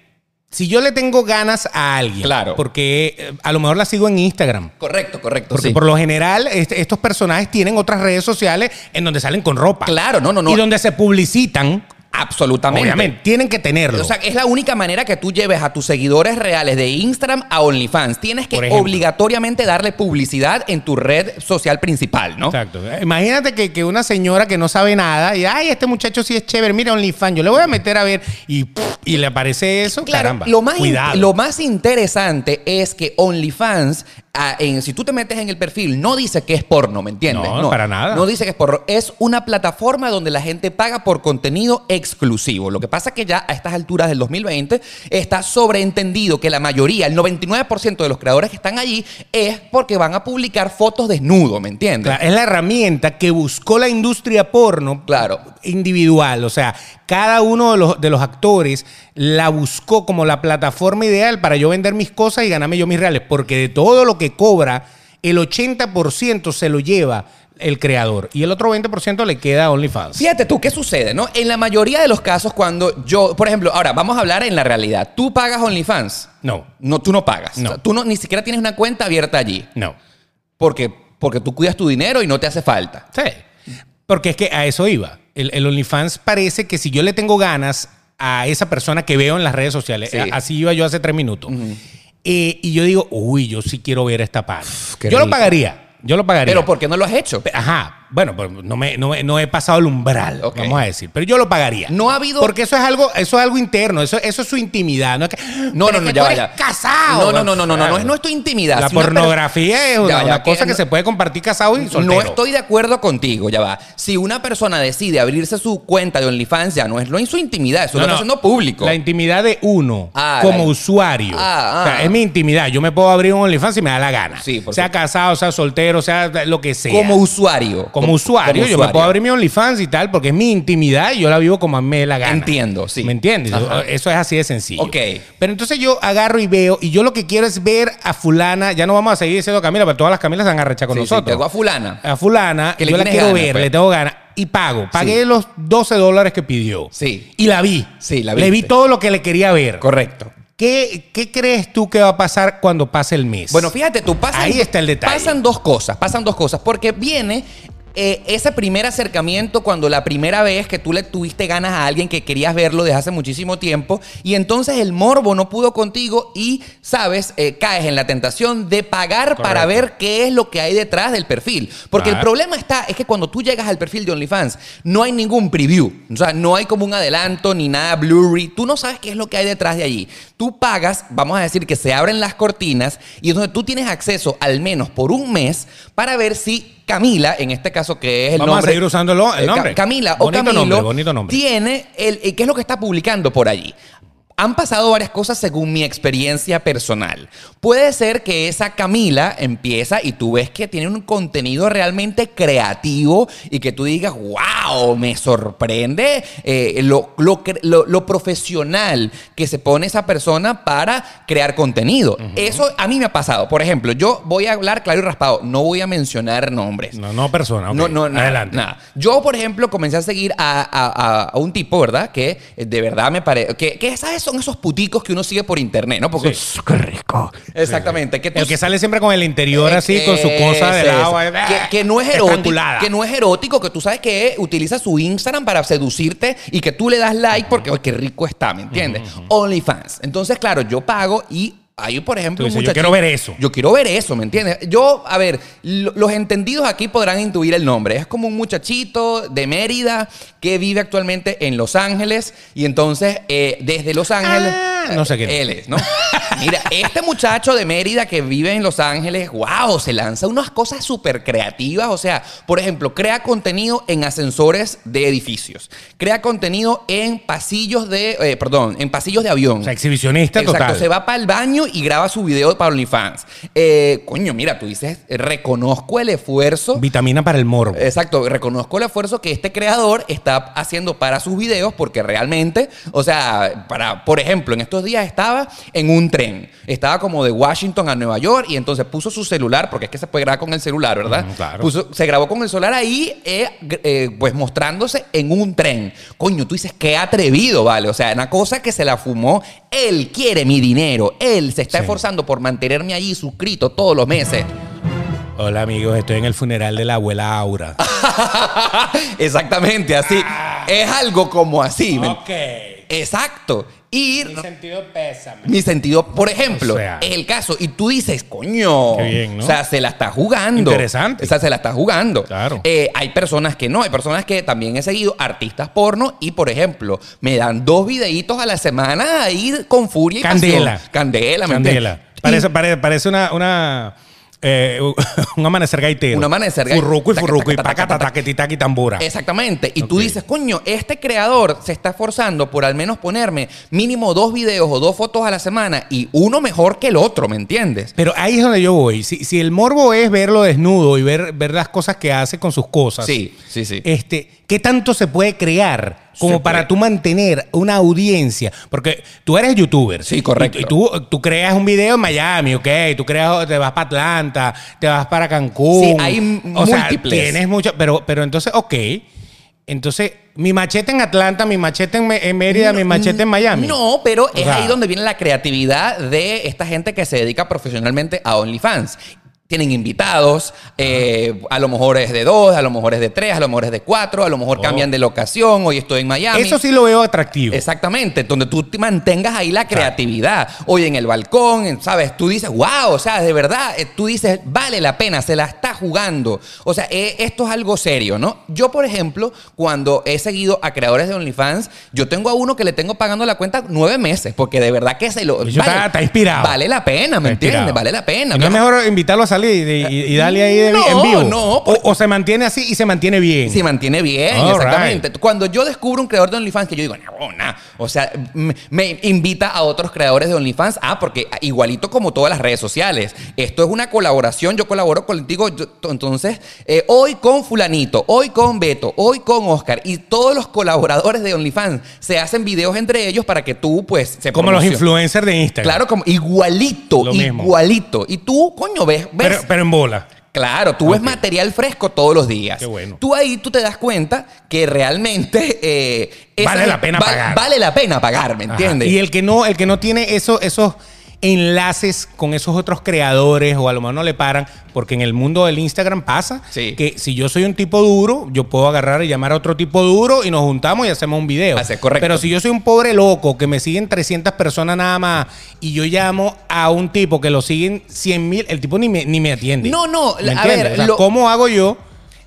si yo le tengo ganas a alguien,
Claro.
porque eh, a lo mejor la sigo en Instagram.
Correcto, correcto.
Porque
sí.
por lo general este- estos personajes tienen otras redes sociales en donde salen con ropa.
Claro, no, no, no.
Y donde se publicitan,
Absolutamente.
obviamente, tienen que tenerlo.
O sea, es la única manera que tú lleves a tus seguidores reales de Instagram a OnlyFans. Tienes que
Por ejemplo.
obligatoriamente darle publicidad en tu red social principal, ¿no?
Exacto. Imagínate que, que una señora que no sabe nada y, ay, este muchacho sí es chévere, mira OnlyFans, yo le voy a meter a ver y, puf, y le aparece eso.
Claro,
caramba.
Lo, más in-
Cuidado.
lo más interesante es que OnlyFans, ah, en- si tú te metes en el perfil, no dice que es porno, ¿me entiendes?
No, para nada.
No dice que es porno. Es una plataforma donde la gente paga por contenido exclusivo. Lo que pasa es que ya a estas alturas del 2020 está sobreentendido que la mayoría, el 99% de los creadores que están allí, es porque van a publicar fotos desnudo, ¿me entiendes?
Claro, es la herramienta que buscó la industria porno
Claro.
individual. O sea, cada uno de los, de los actores la buscó como la plataforma ideal para yo vender mis cosas y ganarme yo mis reales. Porque de todo lo que cobra, el 80% se lo lleva el creador y el otro 20% le queda a OnlyFans.
Fíjate tú, ¿qué sucede? ¿No? En la mayoría de los casos, cuando yo, por ejemplo, ahora vamos a hablar en la realidad. ¿Tú pagas OnlyFans?
No,
No, tú no pagas.
No.
O sea, tú no, ni siquiera tienes una cuenta abierta allí.
no.
Porque, porque tú cuidas tu dinero y no te hace falta.
Sí. Porque es que a eso iba. El, el OnlyFans parece que si yo le tengo ganas a esa persona que veo en las redes sociales,
Sí.
a- así iba yo hace tres minutos, eh, y yo digo, uy, yo sí quiero ver esta parte.
qué
Yo lo
rico.
pagaría. Yo lo pagaría.
Pero ¿por qué no lo has hecho?
Ajá. Bueno, pues no, me, no, me- no he pasado el umbral,
Ok.
vamos a decir. Pero yo lo pagaría.
No ha habido-
Porque eso es algo, eso es algo interno, eso, eso es su intimidad. No, es que,
No,
"Pero
no,
es
no, ya
que tú
va,
eres
ya. No,
casado.
no, no, no, no, no, no es, no es tu intimidad.
La
sino-
pornografía es una,
Ya, ya,
una cosa que, se puede compartir casado y soltero.
No estoy de acuerdo contigo, ya va. Si una persona decide abrirse su cuenta de OnlyFans, ya no es, no es su intimidad, eso
No,
lo está
no.
haciendo público.
La intimidad de uno
Ah,
como
la-
usuario.
Ah, ah.
O sea, es mi intimidad. Yo me puedo abrir un OnlyFans si me da la gana.
Sí, por
sea
supuesto.
casado, sea soltero, sea lo que sea.
como usuario.
Como usuario,
como
yo me puedo abrir mi OnlyFans y tal, porque es mi intimidad y yo la vivo como a mí me dé la gana.
Entiendo, sí.
¿Me entiendes?
Ajá.
Eso es así de sencillo.
Ok.
Pero entonces yo agarro y veo, y yo lo que quiero es ver a fulana, ya no vamos a seguir diciendo Camila, pero todas las Camilas se han arrechado con
Sí, sí,
nosotros.
llegó a fulana.
a fulana,
Que le
yo la
tienes
quiero
ganas,
ver,
pues.
le tengo ganas. Y pago. Pagué
Sí.
los 12 dólares que pidió.
Sí.
Y la vi.
Sí, la
Le vi
viste.
todo lo que le quería ver.
Correcto.
¿Qué, ¿Qué crees tú que va a pasar cuando pase el mes?
Bueno, fíjate, tú pasan,
Ahí está el detalle.
Pasan dos cosas, pasan dos cosas, porque viene eh, ese primer acercamiento cuando la primera vez que tú le tuviste ganas a alguien que querías verlo desde hace muchísimo tiempo y entonces el morbo no pudo contigo y, sabes, eh, caes en la tentación de pagar para
Correcto.
ver qué es lo que hay detrás del perfil. Porque el
Claro.
problema está, es que cuando tú llegas al perfil de OnlyFans, no hay ningún preview, o sea, no hay como un adelanto ni nada blurry, tú no sabes qué es lo que hay detrás de allí. Tú pagas, vamos a decir que se abren las cortinas y entonces tú tienes acceso al menos por un mes para ver si Camila, en este caso que es el
Vamos a
nombre...
seguir usando el o- el
Eh, Ca-
nombre.
Camila
Bonito
o Camilo
nombre, bonito nombre.
tiene el, eh, qué es lo que está publicando por allí. Han pasado varias cosas según mi experiencia personal. Puede ser que esa Camila empieza y tú ves que tiene un contenido realmente creativo y que tú digas, wow, me sorprende eh, lo, lo cre- lo- lo profesional que se pone esa persona para crear contenido. Eso a mí me ha pasado. Por ejemplo, yo voy a hablar claro y raspado, no voy a mencionar nombres.
No, no persona. ok.
No, no, nada,
Adelante.
nada. Yo, por ejemplo, comencé a seguir a, a- a- a un tipo, ¿verdad? Que eh, de verdad me parece. Que, que, ¿sabes? Son esos puticos que uno sigue por internet, ¿no? Porque. ¡Qué rico! Exactamente. Que tú-
El que sale siempre con el interior así, con su cosa de
Ese,
lado.
ese.
eh,
Que, que no es erótico.
estrangulada.
Que no es erótico, que tú sabes que utiliza su Instagram para seducirte y que tú le das like porque, "Ay, qué rico está, ¿me entiendes? OnlyFans. Entonces, claro, yo pago y. Ahí, por ejemplo,
Tú dices,
un
"Yo quiero
muchachito-
ver eso".
yo quiero ver eso, ¿me entiendes? Yo, a ver, lo- los entendidos aquí podrán intuir el nombre. Es como un muchachito de Mérida que vive actualmente en Los Ángeles y entonces eh, desde Los Ángeles... eh,
Ah, no sé quién es.
Él es, ¿no? Mira, este muchacho de Mérida que vive en Los Ángeles, wow, se lanza unas cosas súper creativas. O sea, por ejemplo, crea contenido en ascensores de edificios. Crea contenido en pasillos de... eh, perdón, en pasillos de avión.
O sea, exhibicionista
Exacto,
total.
se va para el baño y graba su video para OnlyFans. Eh, coño, mira, tú dices, eh, reconozco el esfuerzo.
Vitamina para el morbo.
Exacto, reconozco el esfuerzo que este creador está haciendo para sus videos porque realmente, o sea, para, por ejemplo, en estos días estaba en un tren, estaba como de Washington a Nueva York y entonces puso su celular, porque es que se puede grabar con el celular, ¿verdad?
Mm, claro.
Puso- se grabó con el celular ahí, eh, gr- eh, pues mostrándose en un tren. Coño, tú dices, qué atrevido, ¿vale? O sea, una cosa que se la fumó, él quiere mi dinero, él se está
Sí.
esforzando por mantenerme allí suscrito todos los meses.
Hola amigos, estoy en el funeral de la abuela
*laughs*
Aura.
Exactamente, así.
Ah.
Es algo como así. ¿me-
ok.
Exacto. Y
sentido pésame.
mi sentido, por ejemplo,
O sea.
es el caso. Y tú dices, coño.
Qué bien, ¿no?
O sea, se la está jugando.
Interesante.
O sea, se la está jugando.
Claro.
Eh, hay personas que no. Hay personas que también he seguido artistas porno y, por ejemplo, me dan dos videitos a la semana ahí con furia y
Candela.
pasión. Candela. ¿me
Candela.
entiendes?
Parece, parece, parece una... una eh, *laughs* un amanecer gaitero.
Un amanecer gaitero.
Furruco y
Taca,
furruco y
taca, taca,
pacata,
taca.
taquetitaqui, tambora.
Exactamente. Y tú
Ok.
dices, coño, este creador se está esforzando por al menos ponerme mínimo dos videos o dos fotos a la semana y uno mejor que el otro, ¿me entiendes?
Pero ahí es donde yo voy. Si, si el morbo es verlo desnudo y ver, ver las cosas que hace con sus cosas.
Sí, sí, sí.
Este, ¿Qué tanto se puede crear como
Se
para
puede.
tú mantener una audiencia? Porque tú eres youtuber.
Sí, correcto.
Y, y tú, tú creas un video en Miami, ok. Tú creas, te vas para Atlanta, te vas para Cancún.
Sí, hay m-
sea,
múltiples.
tienes muchas. Pero, pero entonces, ok. Entonces, mi machete en Atlanta, mi machete en, Me- en Mérida, mi machete en Miami.
No, pero es
sea-
ahí donde viene la creatividad de esta gente que se dedica profesionalmente a OnlyFans. tienen invitados, eh, a lo mejor es de dos, a lo mejor es de tres, a lo mejor es de cuatro, a lo mejor cambian de locación, hoy estoy en Miami.
Oh. Eso sí lo veo atractivo.
Exactamente, donde tú te mantengas ahí la creatividad. Hoy en el balcón, en- ¿sabes? Tú dices, wow, o sea, de verdad, eh, tú dices, vale la pena, se la está jugando. O sea, eh, esto es algo serio, ¿no? Yo, por ejemplo, cuando he seguido a creadores de OnlyFans, yo tengo a uno que le tengo pagando la cuenta nueve meses, porque de verdad que se lo...
Y yo, está- está inspirado.
Vale la pena, ¿me
Está inspirado.
entiendes? Vale la pena.
¿Y no es mejor invitarlo a salir y, y- y darle ahí de-
No,
en vivo.
no, pues-
o, o se mantiene así y se mantiene bien.
Se mantiene bien,
All
exactamente. Cuando yo descubro un creador de OnlyFans que yo digo, no, no, o sea, me, me invita a otros creadores de OnlyFans, ah, porque igualito como todas las redes sociales, esto es una colaboración, yo colaboro contigo, yo- t- entonces, eh, hoy con fulanito, hoy con Beto, hoy con Oscar, y todos los colaboradores de OnlyFans se hacen videos entre ellos para que tú, pues, se
como los
promocione-
influencers de Instagram.
Claro, como igualito,
Lo mismo.
igualito. Y tú, coño, ves, ves
Pero, pero en bola.
Claro, tú ves material fresco todos los días.
Qué bueno.
Tú ahí tú te das cuenta que realmente eh, esa
Vale
es-
la pena pagar.
Vale la pena pagar, ¿me
Ajá.
entiendes?
Y el que no, el que no tiene eso- esos enlaces con esos otros creadores o a lo mejor no le paran, porque en el mundo del Instagram pasa
Sí.
que si yo soy un tipo duro, yo puedo agarrar y llamar a otro tipo duro y nos juntamos y hacemos un video.
Así es, correcto.
Pero si yo soy un pobre loco que me siguen 300 personas nada más y yo llamo a un tipo que lo siguen 100 mil, el tipo ni me, ni me atiende.
No, no,
¿Me
a
entiendes?
ver,
O sea,
lo-
¿cómo hago yo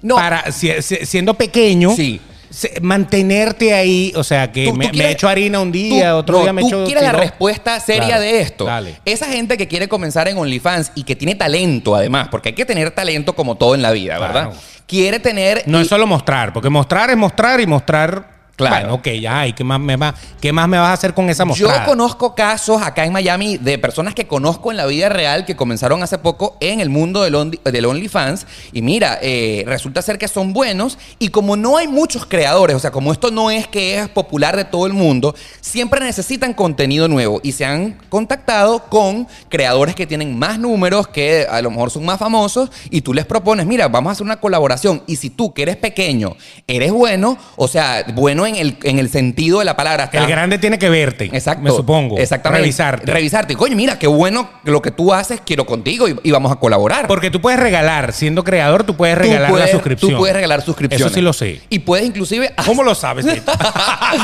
No.
para, si- si- siendo pequeño,
Sí.
se- mantenerte ahí? O sea, que
Tú- tú
me, me
quieres-
echo harina un
Tú-
día, otro
no,
día me
tú
echo
quieres la
tirón.
respuesta seria
Claro,
de esto.
dale.
Esa gente que quiere comenzar en OnlyFans y que tiene talento, además, porque hay que tener talento como todo en la vida,
Claro.
¿verdad? Quiere tener.
No
y-
es solo mostrar, porque mostrar es mostrar y mostrar.
Claro.
Bueno, ok, ya, ¿y qué más me va, qué más me vas a hacer con esa mostrada?
Yo conozco casos acá en Miami de personas que conozco en la vida real que comenzaron hace poco en el mundo del, Only- del OnlyFans. Y mira, eh, resulta ser que son buenos. Y como no hay muchos creadores, o sea, como esto no es que es popular de todo el mundo, siempre necesitan contenido nuevo. Y se han contactado con creadores que tienen más números, que a lo mejor son más famosos. Y tú les propones, mira, vamos a hacer una colaboración. Y si tú, que eres pequeño, eres bueno, o sea, bueno en el, en el sentido de la palabra.
El
estás-
grande tiene que verte,
Exacto.
me supongo.
Exactamente.
Revisarte.
Revisarte. Y, Coño, mira, qué bueno lo que tú haces, quiero contigo y, y vamos a colaborar.
porque tú puedes regalar, siendo creador, tú puedes
Tú
regalar
puedes-
la suscripción.
Tú puedes regalar suscripciones.
Eso sí lo sé.
Y puedes inclusive...
¿Cómo lo sabes,
*laughs*
Tito? *laughs*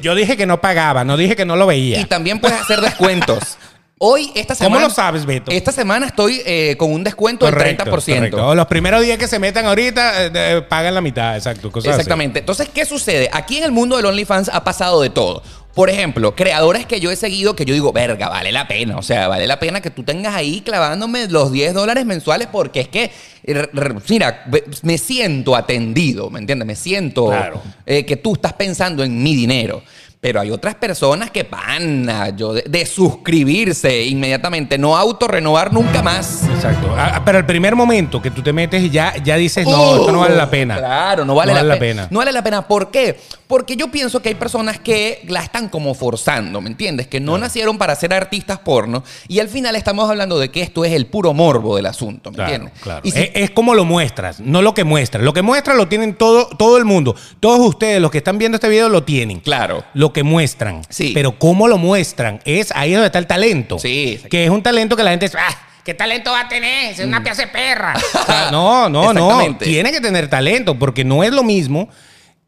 Yo dije que no pagaba, no dije que no lo veía.
Y también puedes hacer
*laughs*
descuentos. Hoy, esta
¿Cómo
semana...
lo sabes, Beto?
Esta semana estoy eh, con un descuento
Correcto,
del 30%.
correcto. Los primeros días que se metan ahorita, eh, eh, pagan la mitad, exacto. cosas así.
Exactamente. Entonces, ¿qué sucede? Aquí en el mundo del OnlyFans ha pasado de todo. Por ejemplo, creadores que yo he seguido que yo digo, verga, vale la pena. O sea, vale la pena que tú tengas ahí clavándome los 10 dólares mensuales porque es que, r- r- mira, ve- me siento atendido, ¿me entiendes? Me siento
Claro.
eh, que tú estás pensando en mi dinero. Pero hay otras personas que, pana, yo de, de suscribirse inmediatamente, no autorrenovar nunca más.
Exacto. Ah, ah, pero el primer momento que tú te metes y ya, ya dices, no,
Uh,
esto no vale la pena.
Claro, no vale, la,
pena.
pena. No vale la pena. ¿Por qué? Porque yo pienso que hay personas que la están como forzando, ¿me entiendes? Que no nacieron para ser artistas porno y al final estamos hablando de que esto es el puro morbo del asunto, ¿me
Claro,
entiendes?
claro. Eh,
Y si-
es, es como lo muestras, no lo que muestras. Lo que muestras lo tienen todo, todo el mundo. Todos ustedes, los que están viendo este video, lo tienen.
claro.
Lo que muestran.
Sí.
Pero cómo lo muestran, es ahí donde está el talento.
Sí.
Que es un talento que la gente dice, "Ah, ¿qué talento va a tener? Es una pieza de
*laughs*
perra. O sea, no, no, no.
Mm. Exactamente.
Tiene que tener talento, porque no es lo mismo.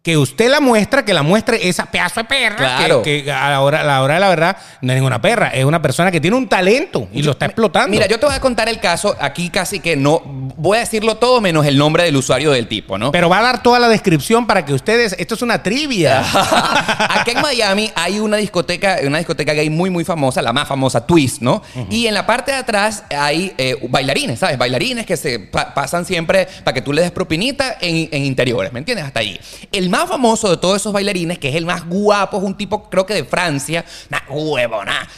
Que usted la muestra, que la muestre esa pedazo de perra.
Claro.
Que, que a, la hora, a la hora de la verdad no es ninguna perra. Es una persona que tiene un talento y lo está explotando.
Mira, yo te voy a contar el caso aquí casi que no voy a decirlo todo menos el nombre del usuario del tipo, ¿no?
Pero va a dar toda la descripción para que ustedes. Esto es
*laughs*
una trivia.
Aquí en Miami hay una discoteca, una discoteca gay muy, muy famosa, la más famosa, Twist, ¿no? Y en la parte de atrás hay eh, bailarines, ¿sabes? Bailarines que se pa- pasan siempre para que tú les des propinita en, en interiores, ¿me entiendes? Hasta allí. El más famoso de todos esos bailarines, que es el más guapo, es un tipo, creo que de Francia, una huevona.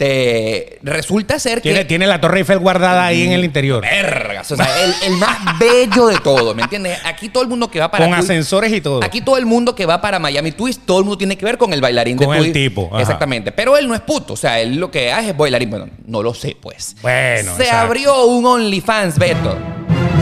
Este, resulta ser que.
Tiene, tiene la Torre Eiffel guardada ahí en el interior.
Vergas, o sea, el, el más bello de todos, ¿me entiendes? Aquí todo el mundo que va para
Con
Twist-
ascensores y todo.
Aquí todo el mundo que va para Miami Twist, todo el mundo tiene que ver con el bailarín
Con
de
el
Twist.
tipo, ajá.
Exactamente. Pero él no es puto. O sea, él lo que hace es bailarín. Bueno, no lo sé, pues.
Bueno,
Se
exacto.
abrió un OnlyFans, Beto.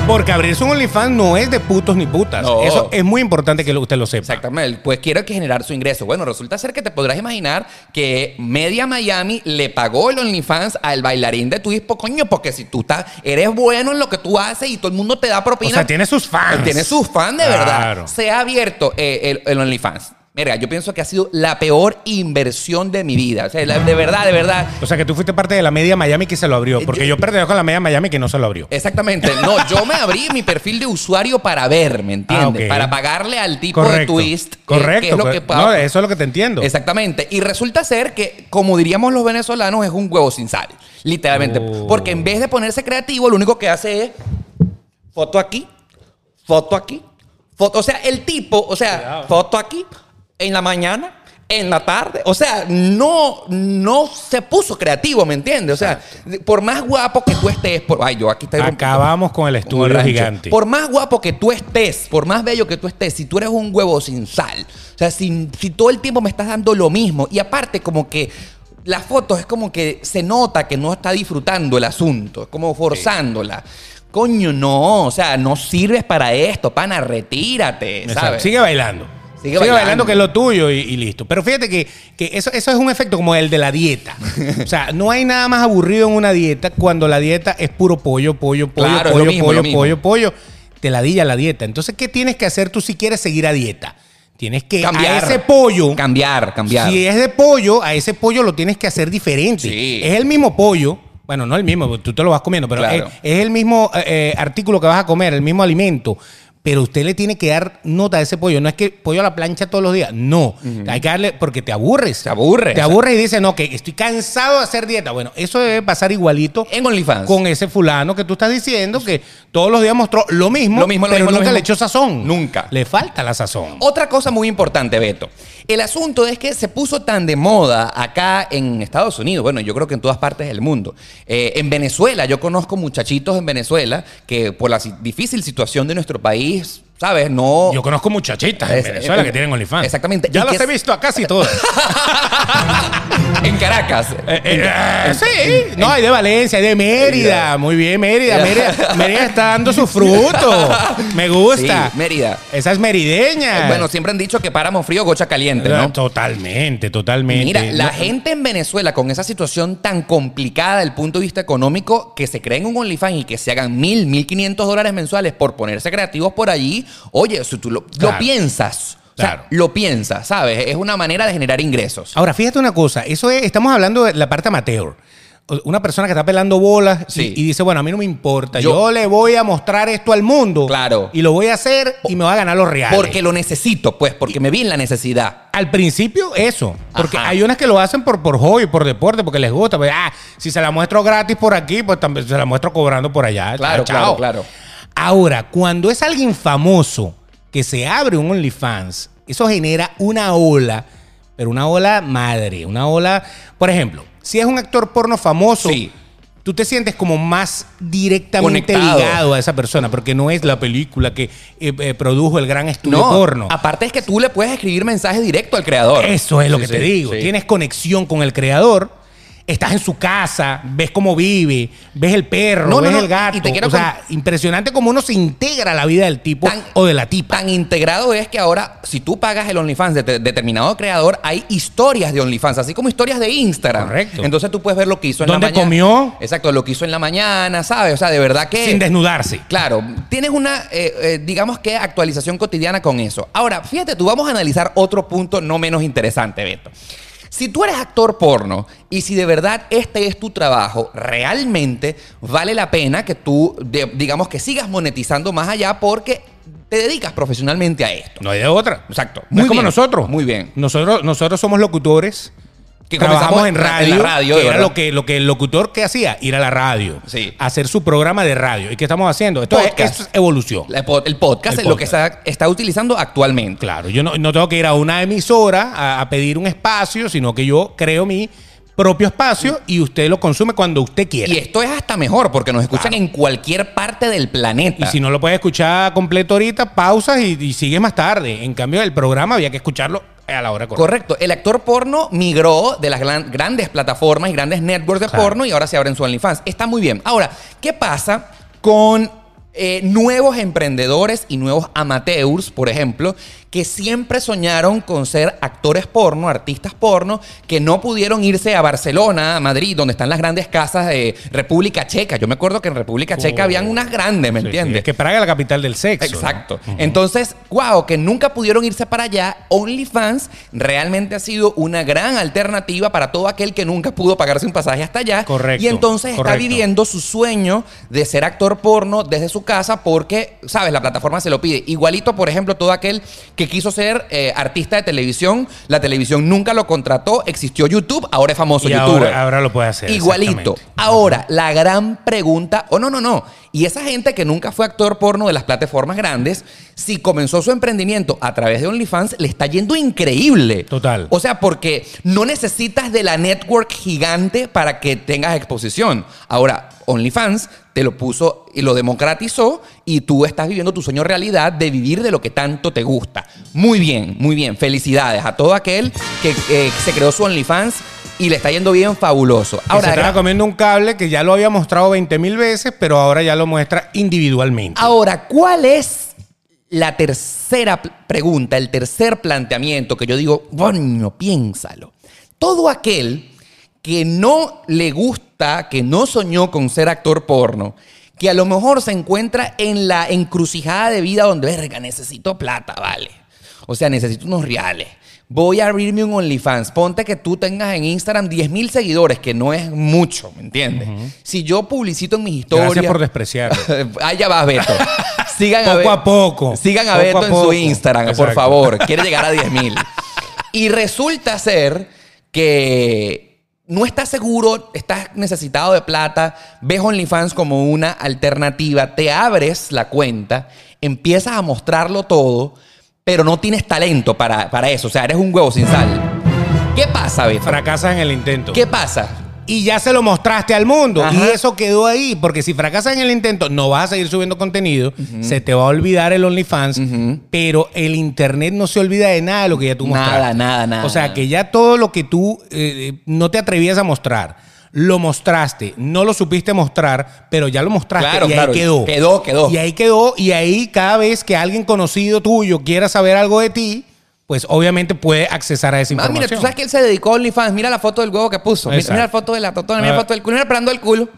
Porque abrirse un OnlyFans no es de putos ni putas.
No.
Eso es muy importante que lo- usted lo sepa.
Exactamente, pues quiero que generar su ingreso. Bueno, resulta ser que te podrás imaginar que Media Miami le pagó el OnlyFans al bailarín de tu disco, coño, porque si tú estás, eres bueno en lo que tú haces y todo el mundo te da
O
propina.
sea, tiene sus fans.
Tiene sus fans de
Ah, Claro.
verdad. Se ha abierto eh, el, el OnlyFans. Mira, yo pienso que ha sido la peor inversión de mi vida. O sea, la- de verdad, de verdad.
O sea, que tú fuiste parte de la media Miami que se lo
Eh,
abrió. Porque yo, pertenezco con la media Miami que no se lo abrió.
Exactamente. No, yo me abrí mi perfil de usuario para ver, ¿me entiendes?
Ah, ok.
Para pagarle al tipo de twist. eh, que-
Correcto.
que es lo que
pues, no, eso es lo que te entiendo.
Exactamente. Y resulta ser que, como diríamos los venezolanos, es un huevo sin sal. Literalmente.
Oh.
Porque en vez de ponerse creativo, lo único que hace es foto aquí, foto aquí, foto. O sea, el tipo, o sea,
Cuidado.
foto aquí, en la mañana. En la tarde, o sea, no, no se puso creativo, ¿me entiendes? O sea, por más guapo que tú estés, por, ay, yo aquí te
Acabamos con el
como el
estudio
rancho.
gigante.
Por más guapo que tú estés, por más bello que tú estés, si tú eres un huevo sin sal, o sea, si, si todo el tiempo me estás dando lo mismo, y aparte como que las fotos es como que se nota que no está disfrutando el asunto, es como forzándola. Coño, no, o sea, no sirves para esto, pana, retírate,
Exacto.
¿sabes?
Sigue bailando. Sigue,
Sigue
bailando.
bailando.
que es lo tuyo y, y listo. Pero fíjate que, que eso, eso es un efecto como el de
*laughs*
la dieta. o sea, no hay nada más aburrido en una dieta cuando la dieta es puro pollo, pollo, pollo,
Claro, es
pollo,
lo mismo,
pollo,
lo mismo.
pollo, pollo. Te ladilla la dieta. Entonces, ¿qué tienes que hacer tú si quieres seguir a dieta? Tienes que a
Cambiar.
ese pollo.
Cambiar, cambiar.
Si es de pollo, a ese pollo lo tienes que hacer diferente.
Sí.
Es el mismo pollo. Bueno, no el mismo, tú te lo vas comiendo, pero
Claro.
es, es el mismo eh, eh, artículo que vas a comer, el mismo alimento. Pero usted le tiene que dar nota a ese pollo. No es que pollo a la plancha todos los días. No. Hay que darle, porque te aburres.
Te aburres.
Te aburres y dices, no, que estoy cansado de hacer dieta. Bueno, eso debe pasar igualito
en OnlyFans.
con ese fulano que tú estás diciendo que todos los días mostró lo mismo,
Lo mismo, lo
pero
mismo, lo
nunca
mismo.
le echó sazón.
Nunca.
Le falta la sazón.
Otra cosa muy importante, Beto. El asunto es que se puso tan de moda acá en Estados Unidos, bueno, yo creo que en todas partes del mundo. Eh, en Venezuela, yo conozco muchachitos en Venezuela que por la si- difícil situación de nuestro país, ¿sabes? No...
Yo conozco muchachitas en
Oh. Es-
Venezuela
es-
que tienen OnlyFans.
Exactamente.
Ya
Y
las
que
he
es-
visto a
*laughs*
casi todas.
en Caracas.
Eh, eh, sí. No, hay de Valencia, hay de Mérida. Muy bien, Mérida. Mérida, Mérida está dando
*laughs*
su fruto. Me gusta. Ah.
Sí, Mérida.
Esa es merideña.
Eh, Bueno, siempre han dicho que páramo frío, gocha caliente,
Ah,
¿no?
Totalmente, totalmente.
Mira, la
eh, No,
gente en Venezuela con esa situación tan complicada desde el punto de vista económico, que se creen un OnlyFans y que se hagan mil, mil quinientos dólares mensuales por ponerse creativos por allí, oye, si tú lo, lo
Claro.
piensas. O sea,
Claro.
lo piensas, ¿sabes? Es una manera de generar ingresos.
Ahora, fíjate una cosa, eso es, estamos hablando de la parte amateur. O- Una persona que está pelando bolas y-
Sí.
y, dice, bueno, a mí no me importa, yo,
Yo-
le voy a mostrar esto al mundo.
Claro.
Y lo voy a hacer y me va a ganar los reales.
Porque lo necesito, pues, porque me vi en la necesidad.
Al principio, eso. Porque
Ajá.
hay unas que lo hacen por, por hobby, por deporte, porque les gusta. Pues, ah, si se la muestro gratis por aquí, pues también se la muestro cobrando por allá.
Claro,
Chao.
claro, claro.
Ahora, cuando es alguien famoso que se abre un OnlyFans, eso genera una ola, pero una ola madre, una ola. Por ejemplo, si es un actor porno famoso.
Sí.
Tú te sientes como más directamente
Conectado.
ligado a esa persona, porque no es la película que eh, eh, produjo el gran estudio
No,
porno.
aparte es que tú le puedes escribir mensajes directo al creador.
Eso es lo
Sí,
que
sí,
te digo.
sí.
Tienes conexión con el creador. Estás en su casa, ves cómo vive, ves el perro,
No, no,
ves
no,
el gato.
y te quiero
o sea, impresionante cómo uno se integra a la vida del tipo
Tan-
o de la tipa.
Tan integrado es que ahora, si tú pagas el OnlyFans de de determinado creador, hay historias de OnlyFans, así como historias de Instagram.
Correcto.
Entonces tú puedes ver lo que hizo en
¿Dónde
la mañana.
comió?
Exacto, lo que hizo en la mañana, ¿sabes? O sea, de verdad que.
sin desnudarse.
Claro, tienes una, eh, eh, digamos que, actualización cotidiana con eso. Ahora, fíjate, tú vamos a analizar otro punto no menos interesante, Beto. Si tú eres actor porno y si de verdad este es tu trabajo, realmente vale la pena que tú, de- digamos que sigas monetizando más allá porque te dedicas profesionalmente a esto.
No hay de otra.
Exacto.
No
Muy
es como
bien.
nosotros.
Muy bien.
Nosotros, nosotros somos locutores.
Que
trabajamos
comenzamos
en
en la-
radio.
en la radio, de
que era
verdad.
lo que, lo que el locutor que hacía, ir a la radio.
Sí.
Hacer su programa de radio. ¿Y qué estamos haciendo? Esto, es,
Podcast.
esto es evolución.
La po- el podcast
El
es lo que
podcast.
está, está utilizando actualmente.
Claro, yo no, no tengo que ir a una emisora a, a pedir un espacio, sino que yo creo mi propio espacio y usted lo consume cuando usted quiera.
Y esto es hasta mejor porque nos escuchan en cualquier parte del planeta.
Y si no lo puedes escuchar completo ahorita, pausas y, y sigues más tarde. En cambio, el programa había que escucharlo a la hora correcta.
Correcto. El actor porno migró de las gran- grandes plataformas y grandes networks de
Claro.
porno y ahora se abren su OnlyFans. Está muy bien. Ahora, ¿qué pasa con eh, nuevos emprendedores y nuevos amateurs, por ejemplo, que siempre soñaron con ser actores porno, artistas porno, que no pudieron irse a Barcelona, a Madrid, donde están las grandes casas de República Checa. Yo me acuerdo que en República Checa
Oh.
habían unas grandes, ¿me
Sí, sí,
entiendes?
es que Praga es la capital del sexo. ¿no?
Exacto. Entonces, wow, que nunca pudieron irse para allá, OnlyFans realmente ha sido una gran alternativa para todo aquel que nunca pudo pagarse un pasaje hasta allá.
Correcto,
Y entonces está
correcto.
viviendo su sueño de ser actor porno desde su casa porque, sabes, la plataforma se lo pide. Igualito, por ejemplo, todo aquel que quiso ser eh, artista de televisión, la televisión nunca lo contrató, existió YouTube, ahora es famoso
Y
youtuber.
ahora, ahora lo puede hacer.
Igualito.
exactamente.
Ahora, la gran pregunta, o no, no, no. Y esa gente que nunca fue actor porno de las plataformas grandes, si comenzó su emprendimiento a través de OnlyFans, le está yendo increíble.
Total.
O sea, porque no necesitas de la network gigante para que tengas exposición. Ahora, OnlyFans te lo puso y lo democratizó y tú estás viviendo tu sueño realidad de vivir de lo que tanto te gusta. Muy bien, muy bien. Felicidades a todo aquel que eh, se creó su OnlyFans y le está yendo bien fabuloso.
Que se
Ahora,
estaba comiendo un cable que ya lo había mostrado 20 mil veces, pero ahora ya lo muestra individualmente.
Ahora, ¿cuál es la tercera pl- pregunta, el tercer planteamiento que yo digo, bueno, piénsalo? Todo aquel que no le gusta, que no soñó con ser actor porno, que a lo mejor se encuentra en la encrucijada de vida donde, verga, necesito plata, vale. O sea, necesito unos reales. Voy a abrirme un OnlyFans. Ponte que tú tengas en Instagram 10 mil seguidores, que no es mucho, ¿me entiendes? Si yo publicito en mis historias...
Gracias por despreciar.
*laughs* Allá vas, Beto. Sigan a,
Poco
Be-
a poco.
Sigan a
Poco
Beto
a
en su
poco.
Instagram, por
Exacto.
favor. Quiere llegar a 10.000 mil. Y resulta ser que no estás seguro, estás necesitado de plata, ves OnlyFans como una alternativa, te abres la cuenta, empiezas a mostrarlo todo, pero no tienes talento para, para eso. O sea, eres un huevo sin sal. ¿Qué pasa, Beto?
Fracasas en el intento.
¿Qué pasa?
Y ya se lo mostraste al mundo.
Ajá.
Y eso quedó ahí. Porque si fracasas en el intento, no vas a seguir subiendo contenido. Se te va a olvidar el OnlyFans. Pero el Internet no se olvida de nada de lo que ya tú
Nada,
mostraste.
nada, nada.
O sea, que ya todo lo que tú eh, no te atrevías a mostrar, lo mostraste. No lo supiste mostrar, pero ya lo mostraste.
Claro,
y
claro.
ahí quedó.
Quedó, quedó.
Y ahí quedó. Y ahí cada vez que alguien conocido tuyo quiera saber algo de ti, pues obviamente puede accesar a
Ah,
esa información.
mira, tú sabes que él se dedicó a OnlyFans. Mira la foto del huevo que puso. Mira,
Exacto.
mira la foto de la totona, mira la
Ah.
foto del culo. Mira parando el culo.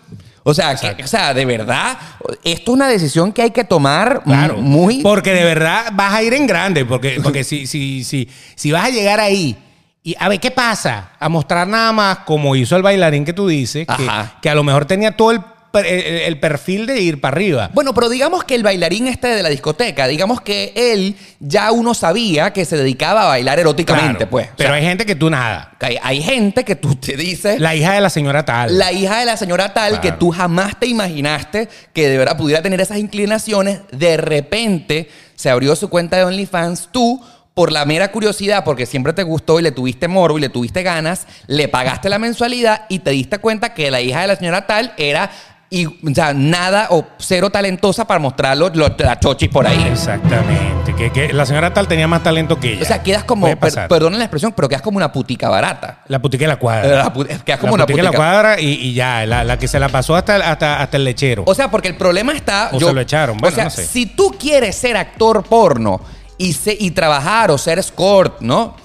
O sea, que- o sea, de verdad, esto es una decisión que hay que tomar
Claro.
m- muy...
Porque de verdad vas a ir en grande. Porque, porque si, si, si, si vas a llegar ahí y a ver qué pasa, a mostrar nada más como hizo el bailarín que tú dices, que,
Ajá.
que a lo mejor tenía todo el, per- el, el perfil de ir para arriba.
Bueno, pero digamos que el bailarín este de la discoteca, digamos que él ya uno sabía que se dedicaba a bailar eróticamente,
Claro,
pues. O
Pero
sea,
hay gente que tú nada.
hay, hay gente que tú te dices...
La hija de la señora tal.
La hija de la señora tal
Claro.
que tú jamás te imaginaste que de verdad pudiera tener esas inclinaciones, de repente se abrió su cuenta de OnlyFans, tú por la mera curiosidad, porque siempre te gustó y le tuviste morbo y le tuviste ganas, le pagaste la mensualidad y te diste cuenta que la hija de la señora tal era y, o sea, nada o cero talentosa para mostrar los- los- las chochis por ahí.
Exactamente. Que, que la señora tal tenía más talento que ella.
O sea, quedas como,
Puede
per-
pasar.
perdonen la expresión, pero quedas como una putica barata.
la putica de la cuadra.
La pu- quedas como
la
una
putica de la
putica.
cuadra y, y ya, la, la que se la pasó hasta, el- hasta, hasta el lechero.
O sea, porque el problema está.
O se lo echaron. Bueno,
o sea,
no sé.
si tú quieres ser actor porno y, se- y trabajar o ser escort, ¿no?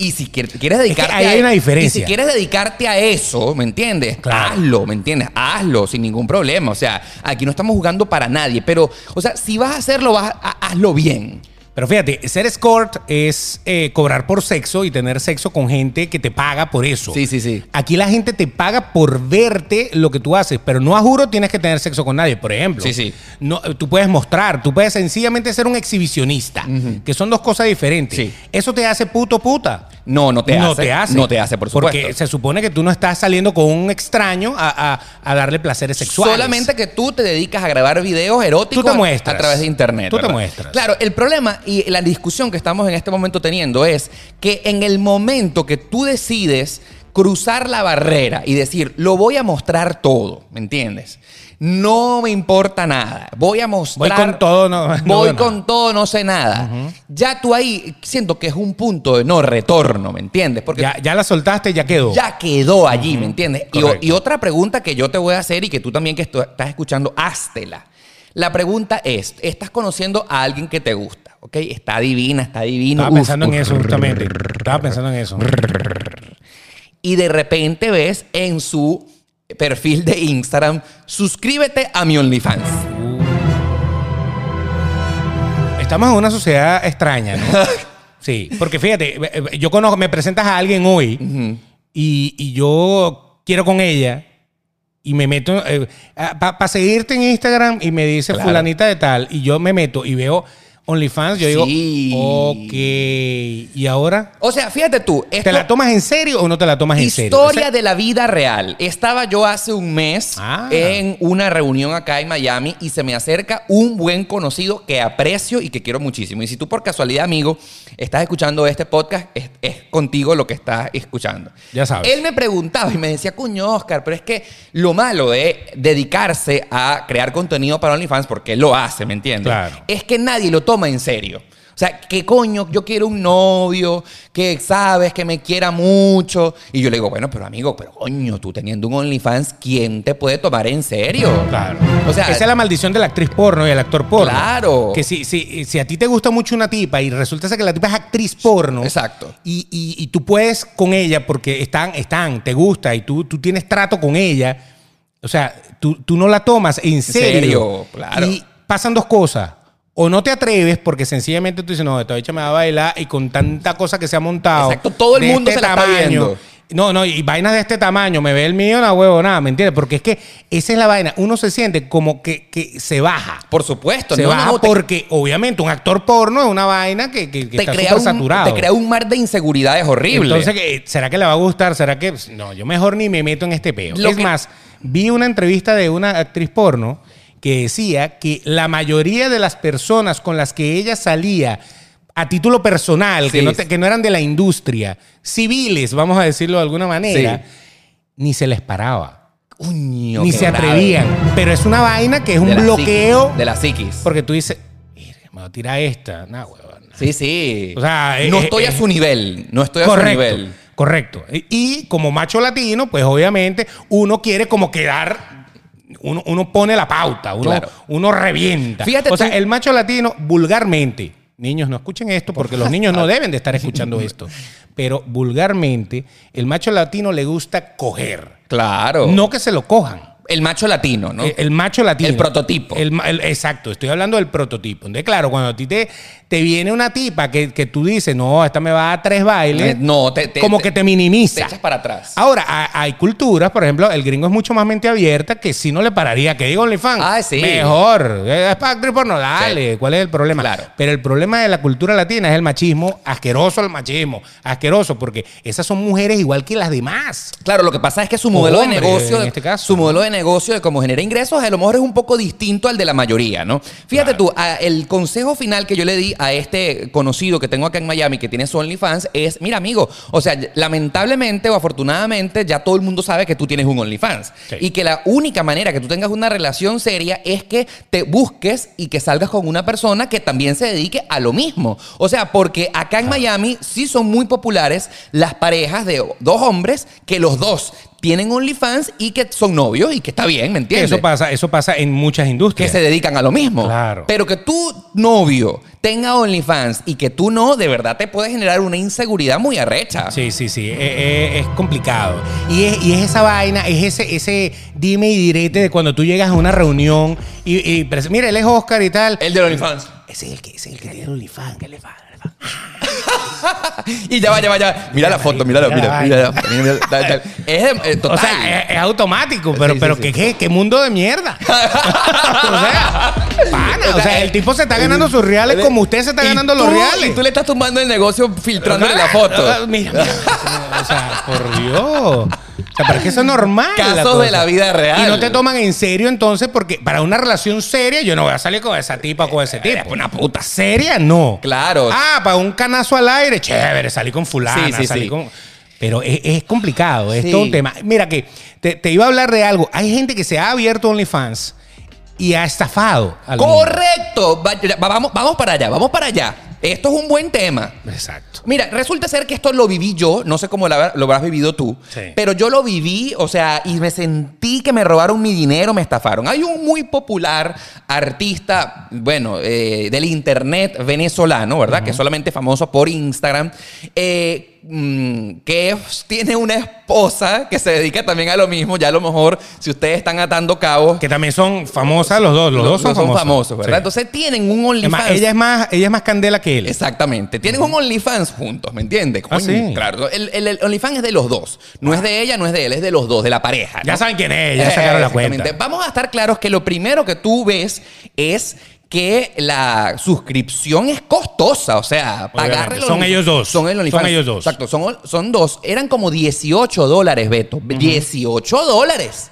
Y si quier- quieres dedicarte
ahí
a- e,
hay una
Y
diferencia.
si quieres dedicarte a eso, ¿me entiendes?
Claro.
Hazlo, ¿me entiendes? Hazlo sin ningún problema. O sea, aquí no estamos jugando para nadie. Pero, o sea, si vas a hacerlo, vas a- hazlo bien.
Pero fíjate, ser escort es eh, cobrar por sexo y tener sexo con gente que te paga por eso.
Sí, sí, sí.
Aquí la gente te paga por verte lo que tú haces, pero no a juro tienes que tener sexo con nadie, por ejemplo.
Sí, sí.
No, eh, tú puedes mostrar, tú puedes sencillamente ser un exhibicionista, que son dos cosas diferentes.
Sí.
Eso te hace puto puta.
No, no te
no
hace.
te hace.
No te hace, por supuesto.
Porque se supone que tú no estás saliendo con un extraño a, a- a darle placeres sexuales.
Solamente que tú te dedicas a grabar videos eróticos
Tú te
a-
muestras.
a través de internet.
Tú te
¿verdad?
muestras.
Claro, el problema y la discusión que estamos en este momento teniendo es que en el momento que tú decides cruzar la barrera y decir, lo voy a mostrar todo, ¿me entiendes? No me importa nada. Voy a mostrar.
Voy con todo, no- *laughs* no
voy
veo nada.
con todo, no sé nada. Ya tú ahí siento que es un punto de no retorno, ¿me entiendes? Porque
Ya, ya la soltaste, ya quedó.
ya quedó allí, ¿me entiendes? Y, o-
correcto.
y otra pregunta que yo te voy a hacer y que tú también que esto- estás escuchando, háztela. La pregunta es, ¿estás conociendo a alguien que te gusta? ¿Ok? Está divina, está divino.
Estaba
uf,
pensando en
uf.
eso, justamente. Estaba pensando en eso.
Y de repente ves en su perfil de Instagram, suscríbete a mi OnlyFans.
Estamos en una sociedad
*laughs*
extraña, ¿no? Sí, porque fíjate, eh, eh, yo conozco, me presentas a alguien hoy y, y yo quiero con ella y me meto eh, para seguirte en Instagram y me dice
Claro.
fulanita de tal y yo me meto y veo OnlyFans, yo
Sí.
digo, ok, ¿y ahora?
O sea, fíjate tú,
¿Te
esto-
la tomas en serio o no te la tomas en serio?
Historia de la vida real. Estaba yo hace un mes
Ah.
en una reunión acá en Miami y se me acerca un buen conocido que aprecio y que quiero muchísimo. Y si tú por casualidad, amigo, estás escuchando este podcast, es, es contigo lo que estás escuchando.
Ya sabes.
Él me preguntaba y me decía, coño, Oscar, pero es que lo malo de dedicarse a crear contenido para OnlyFans, porque él lo hace, ¿me entiendes?
Claro.
es que nadie lo toma en serio. O sea, que coño, yo quiero un novio, que sabes, que me quiera mucho. Y yo le digo, bueno, pero amigo, pero coño, tú teniendo un OnlyFans, ¿quién te puede tomar en serio?
Claro.
O sea, eh,
esa es la maldición de la actriz porno y el actor porno.
Claro.
Que si, si, si a ti te gusta mucho una tipa y resulta ser que la tipa es actriz porno.
Exacto.
Y, y- y tú puedes con ella porque están, están, te gusta y tú, tú tienes trato con ella. O sea, tú, tú no la tomas en serio.
serio, claro.
Y pasan dos cosas. O no te atreves porque sencillamente tú dices, no, esta bicha me va a bailar y con tanta cosa que se ha montado.
Exacto, todo el
de este
mundo se la está viendo.
no, no, y vainas de este tamaño, me ve el mío, no huevo, nada, ¿me entiendes? Porque es que esa es la vaina. Uno se siente como que, que se baja.
por supuesto,
se
no, no,
baja
no, te-
porque, obviamente, un actor porno es una vaina que, que- que
te
está
crea
súper
un-
saturado.
te crea un mar de inseguridades horrible.
Entonces, ¿qué- ¿será que le va a gustar? ¿Será que.? pues, No, yo mejor ni me meto en este peo.
Lo
es
que-
más, vi una entrevista de una actriz porno que decía que la mayoría de las personas con las que ella salía a título personal, que,
Sí.
no te- que no eran de la industria, civiles, vamos a decirlo de alguna manera, ni se les paraba,
Coño,
ni
qué
se
grave.
atrevían. Pero es una vaina que es un
De la
bloqueo.
psiquis, de la psiquis.
Porque tú dices, "Mira, me voy a tirar esta. Nah, huevón.
Sí, sí.
O sea, eh,
no
eh,
estoy
eh.
a su nivel. No estoy a su nivel.
Correcto. Y- Y como macho latino, pues obviamente uno quiere como quedar. Uno, uno pone la pauta, uno,
Claro.
uno revienta.
Fíjate
o sea,
tú-
el macho latino, vulgarmente, niños, no escuchen esto porque los niños
*laughs*
no deben de estar escuchando esto. Pero vulgarmente, el macho latino le gusta coger.
Claro.
No que se lo cojan.
El macho latino, ¿no?
El, el macho latino.
El prototipo.
El ma- el- exacto, estoy hablando del prototipo. Entonces, claro, cuando a ti te, te viene una tipa que, que tú dices, no, esta me va a tres bailes,
Eh, No, te- te-
como
te-
que te minimiza.
Te echas para atrás.
Ahora, ha- hay culturas, por ejemplo, el gringo es mucho más mente abierta que si no le pararía, que diga OnlyFans.
Ah, sí.
Mejor. Eh, Es para actriz porno, dale. ¿Cuál es el problema?
Claro.
Pero el problema de la cultura latina es el machismo, asqueroso el machismo, asqueroso, porque esas son mujeres igual que las demás.
Claro, lo que pasa es que su modelo
hombre,
de negocio,
en
de-
este caso,
su
¿no?
modelo de negocio de cómo genera ingresos, a lo mejor es un poco distinto al de la mayoría, ¿no? Fíjate tú,
Claro.
a- el consejo final que yo le di a este conocido que tengo acá en Miami que tiene su OnlyFans es, mira amigo, o sea, lamentablemente o afortunadamente ya todo el mundo sabe que tú tienes un OnlyFans
Sí.
y que la única manera que tú tengas una relación seria es que te busques y que salgas con una persona que también se dedique a lo mismo. O sea, porque acá en Miami sí son muy populares las parejas de dos hombres que los dos tienen OnlyFans y que son novios y que está bien, ¿me entiendes?
Eso pasa, eso pasa en muchas
que
industrias.
se dedican a lo mismo.
Claro.
Pero que tu novio tenga OnlyFans y que tú no, de verdad te puede generar una inseguridad muy arrecha.
Sí, sí, sí. Eh, eh, es complicado. Y es, y es esa vaina, es ese, ese dime y direte de cuando tú llegas a una reunión y, y pres- mira, él es Oscar y tal.
El de OnlyFans.
Ese es el que, ese es el que tiene el OnlyFans. que le va, le va.
Y ya va, ya va, ya va. Mira la foto, mira, la- mira, mira, la- mira, la- da- da- Es de- eh,
O
total.
sea, es, es automático, pero,
Sí, sí,
pero
sí.
¿qué, qué, qué mundo de *laughs* mierda. o sea, pana, o sea, el tipo se está ganando sus reales como usted se está
Y
ganando los
tú-
reales.
Y tú le estás tumbando el negocio filtrándole la
Ah, *laughs*
foto.
Mira, mira. O sea, por Dios. O sea, pero es que eso es normal.
Casos
cosa.
de la vida real.
Y no te toman en serio entonces, porque para una relación seria yo no voy a salir con esa tipa o con ese tipo. Una puta seria, no.
Claro.
Ah, para un canazo al aire, chévere, salí con fulana,
Sí, sí,
salí
sí.
con... Pero es, es complicado, es
Sí.
todo un tema. Mira que te, te iba a hablar de algo. Hay gente que se ha abierto OnlyFans y ha estafado. al mundo.
Correcto. Va- ya- va- vamos, vamos para allá, vamos para allá. Esto es un buen tema.
Exacto.
Mira, resulta ser que esto lo viví yo, no sé cómo la- lo habrás vivido tú,
Sí.
pero yo lo viví, o sea, y me sentí que me robaron mi dinero, me estafaron. Hay un muy popular artista, bueno, eh, del internet venezolano, ¿verdad? Que es solamente famoso por Instagram, eh, mm, que es- tiene una esposa que se dedica también a lo mismo, ya a lo mejor si ustedes están atando cabos,
Que también son famosas los dos. Los
lo-
dos son,
lo
famosos.
¿verdad?
Sí.
Entonces tienen un
Es más,
OnlyFans.
ella es más, ella es más candela que él.
Exactamente. Tienen un OnlyFans juntos, ¿me entiendes?
Ah, sí. Ah.
Claro. El, el- el OnlyFans es de los dos. No es de ella, no es de él, es de los dos, de la pareja. ¿no?
Ya saben quién es, ya sacaron la
Eh, Exactamente.
cuenta.
Vamos a estar claros que lo primero que tú ves es que la suscripción es costosa, o sea, pagar
Obviamente. Son ellos dos.
Son el OnlyFans.
Son ellos dos.
Exacto, son, son dos. Eran como 18 dólares, Beto. 18 dólares.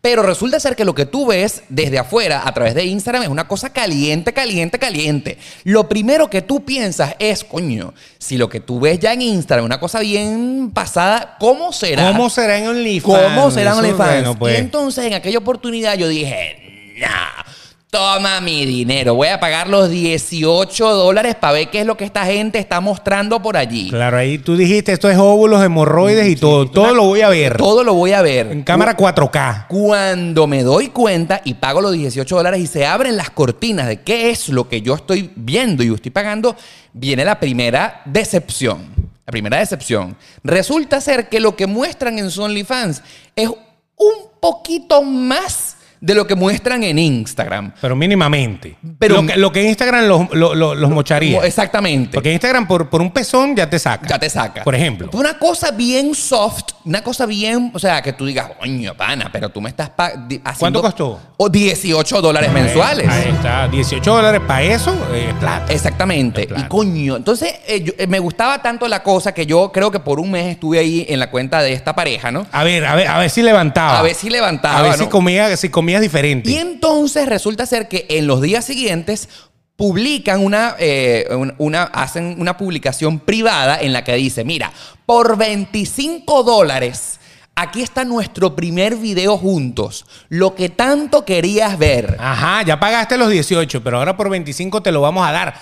Pero resulta ser que lo que tú ves desde afuera a través de Instagram es una cosa caliente, caliente, caliente. Lo primero que tú piensas es, coño, si lo que tú ves ya en Instagram es una cosa bien pasada, ¿cómo será?
¿Cómo será en OnlyFans?
¿Cómo serán
Eso,
OnlyFans?
bueno, pues.
Y entonces en aquella oportunidad yo dije, nah, toma mi dinero, voy a pagar los 18 dólares para ver qué es lo que esta gente está mostrando por allí.
Claro, ahí tú dijiste, esto es óvulos, hemorroides y todo. Todo lo voy a ver.
Todo lo voy a ver.
En cámara 4K.
Cuando me doy cuenta y pago los 18 dólares y se abren las cortinas de qué es lo que yo estoy viendo y estoy pagando, viene la primera decepción. La primera decepción. Resulta ser que lo que muestran en su OnlyFans es un poquito más de lo que muestran en Instagram.
Pero mínimamente.
Pero-
lo, que, lo que Instagram los, lo- lo- los mocharía.
Exactamente.
Porque Instagram por, por un pezón ya te saca.
Ya te saca. Pues
Por ejemplo.
Una cosa bien soft, una cosa bien, o sea, que tú digas, coño, pana, pero tú me estás pa- di- haciendo...
¿Cuánto costó?
O 18 dólares mensuales.
Ahí está. 18 dólares para eso eh, es plata.
Ah, Exactamente.
El
Y
plan.
coño, entonces eh, yo- eh, me gustaba tanto la cosa que yo creo que por un mes estuve ahí en la cuenta de esta pareja, ¿no?
A ver, a ver, a ver si levantaba.
A ver si levantaba,
Ah. A ver si
¿no?
comía, si comías diferente.
Y entonces resulta ser que en los días siguientes publican una, eh, un- una, hacen una publicación privada en la que dice, mira, por 25 dólares, aquí está nuestro primer video juntos, lo que tanto querías ver.
Ajá, ya pagaste los 18, pero ahora por 25 te lo vamos a dar.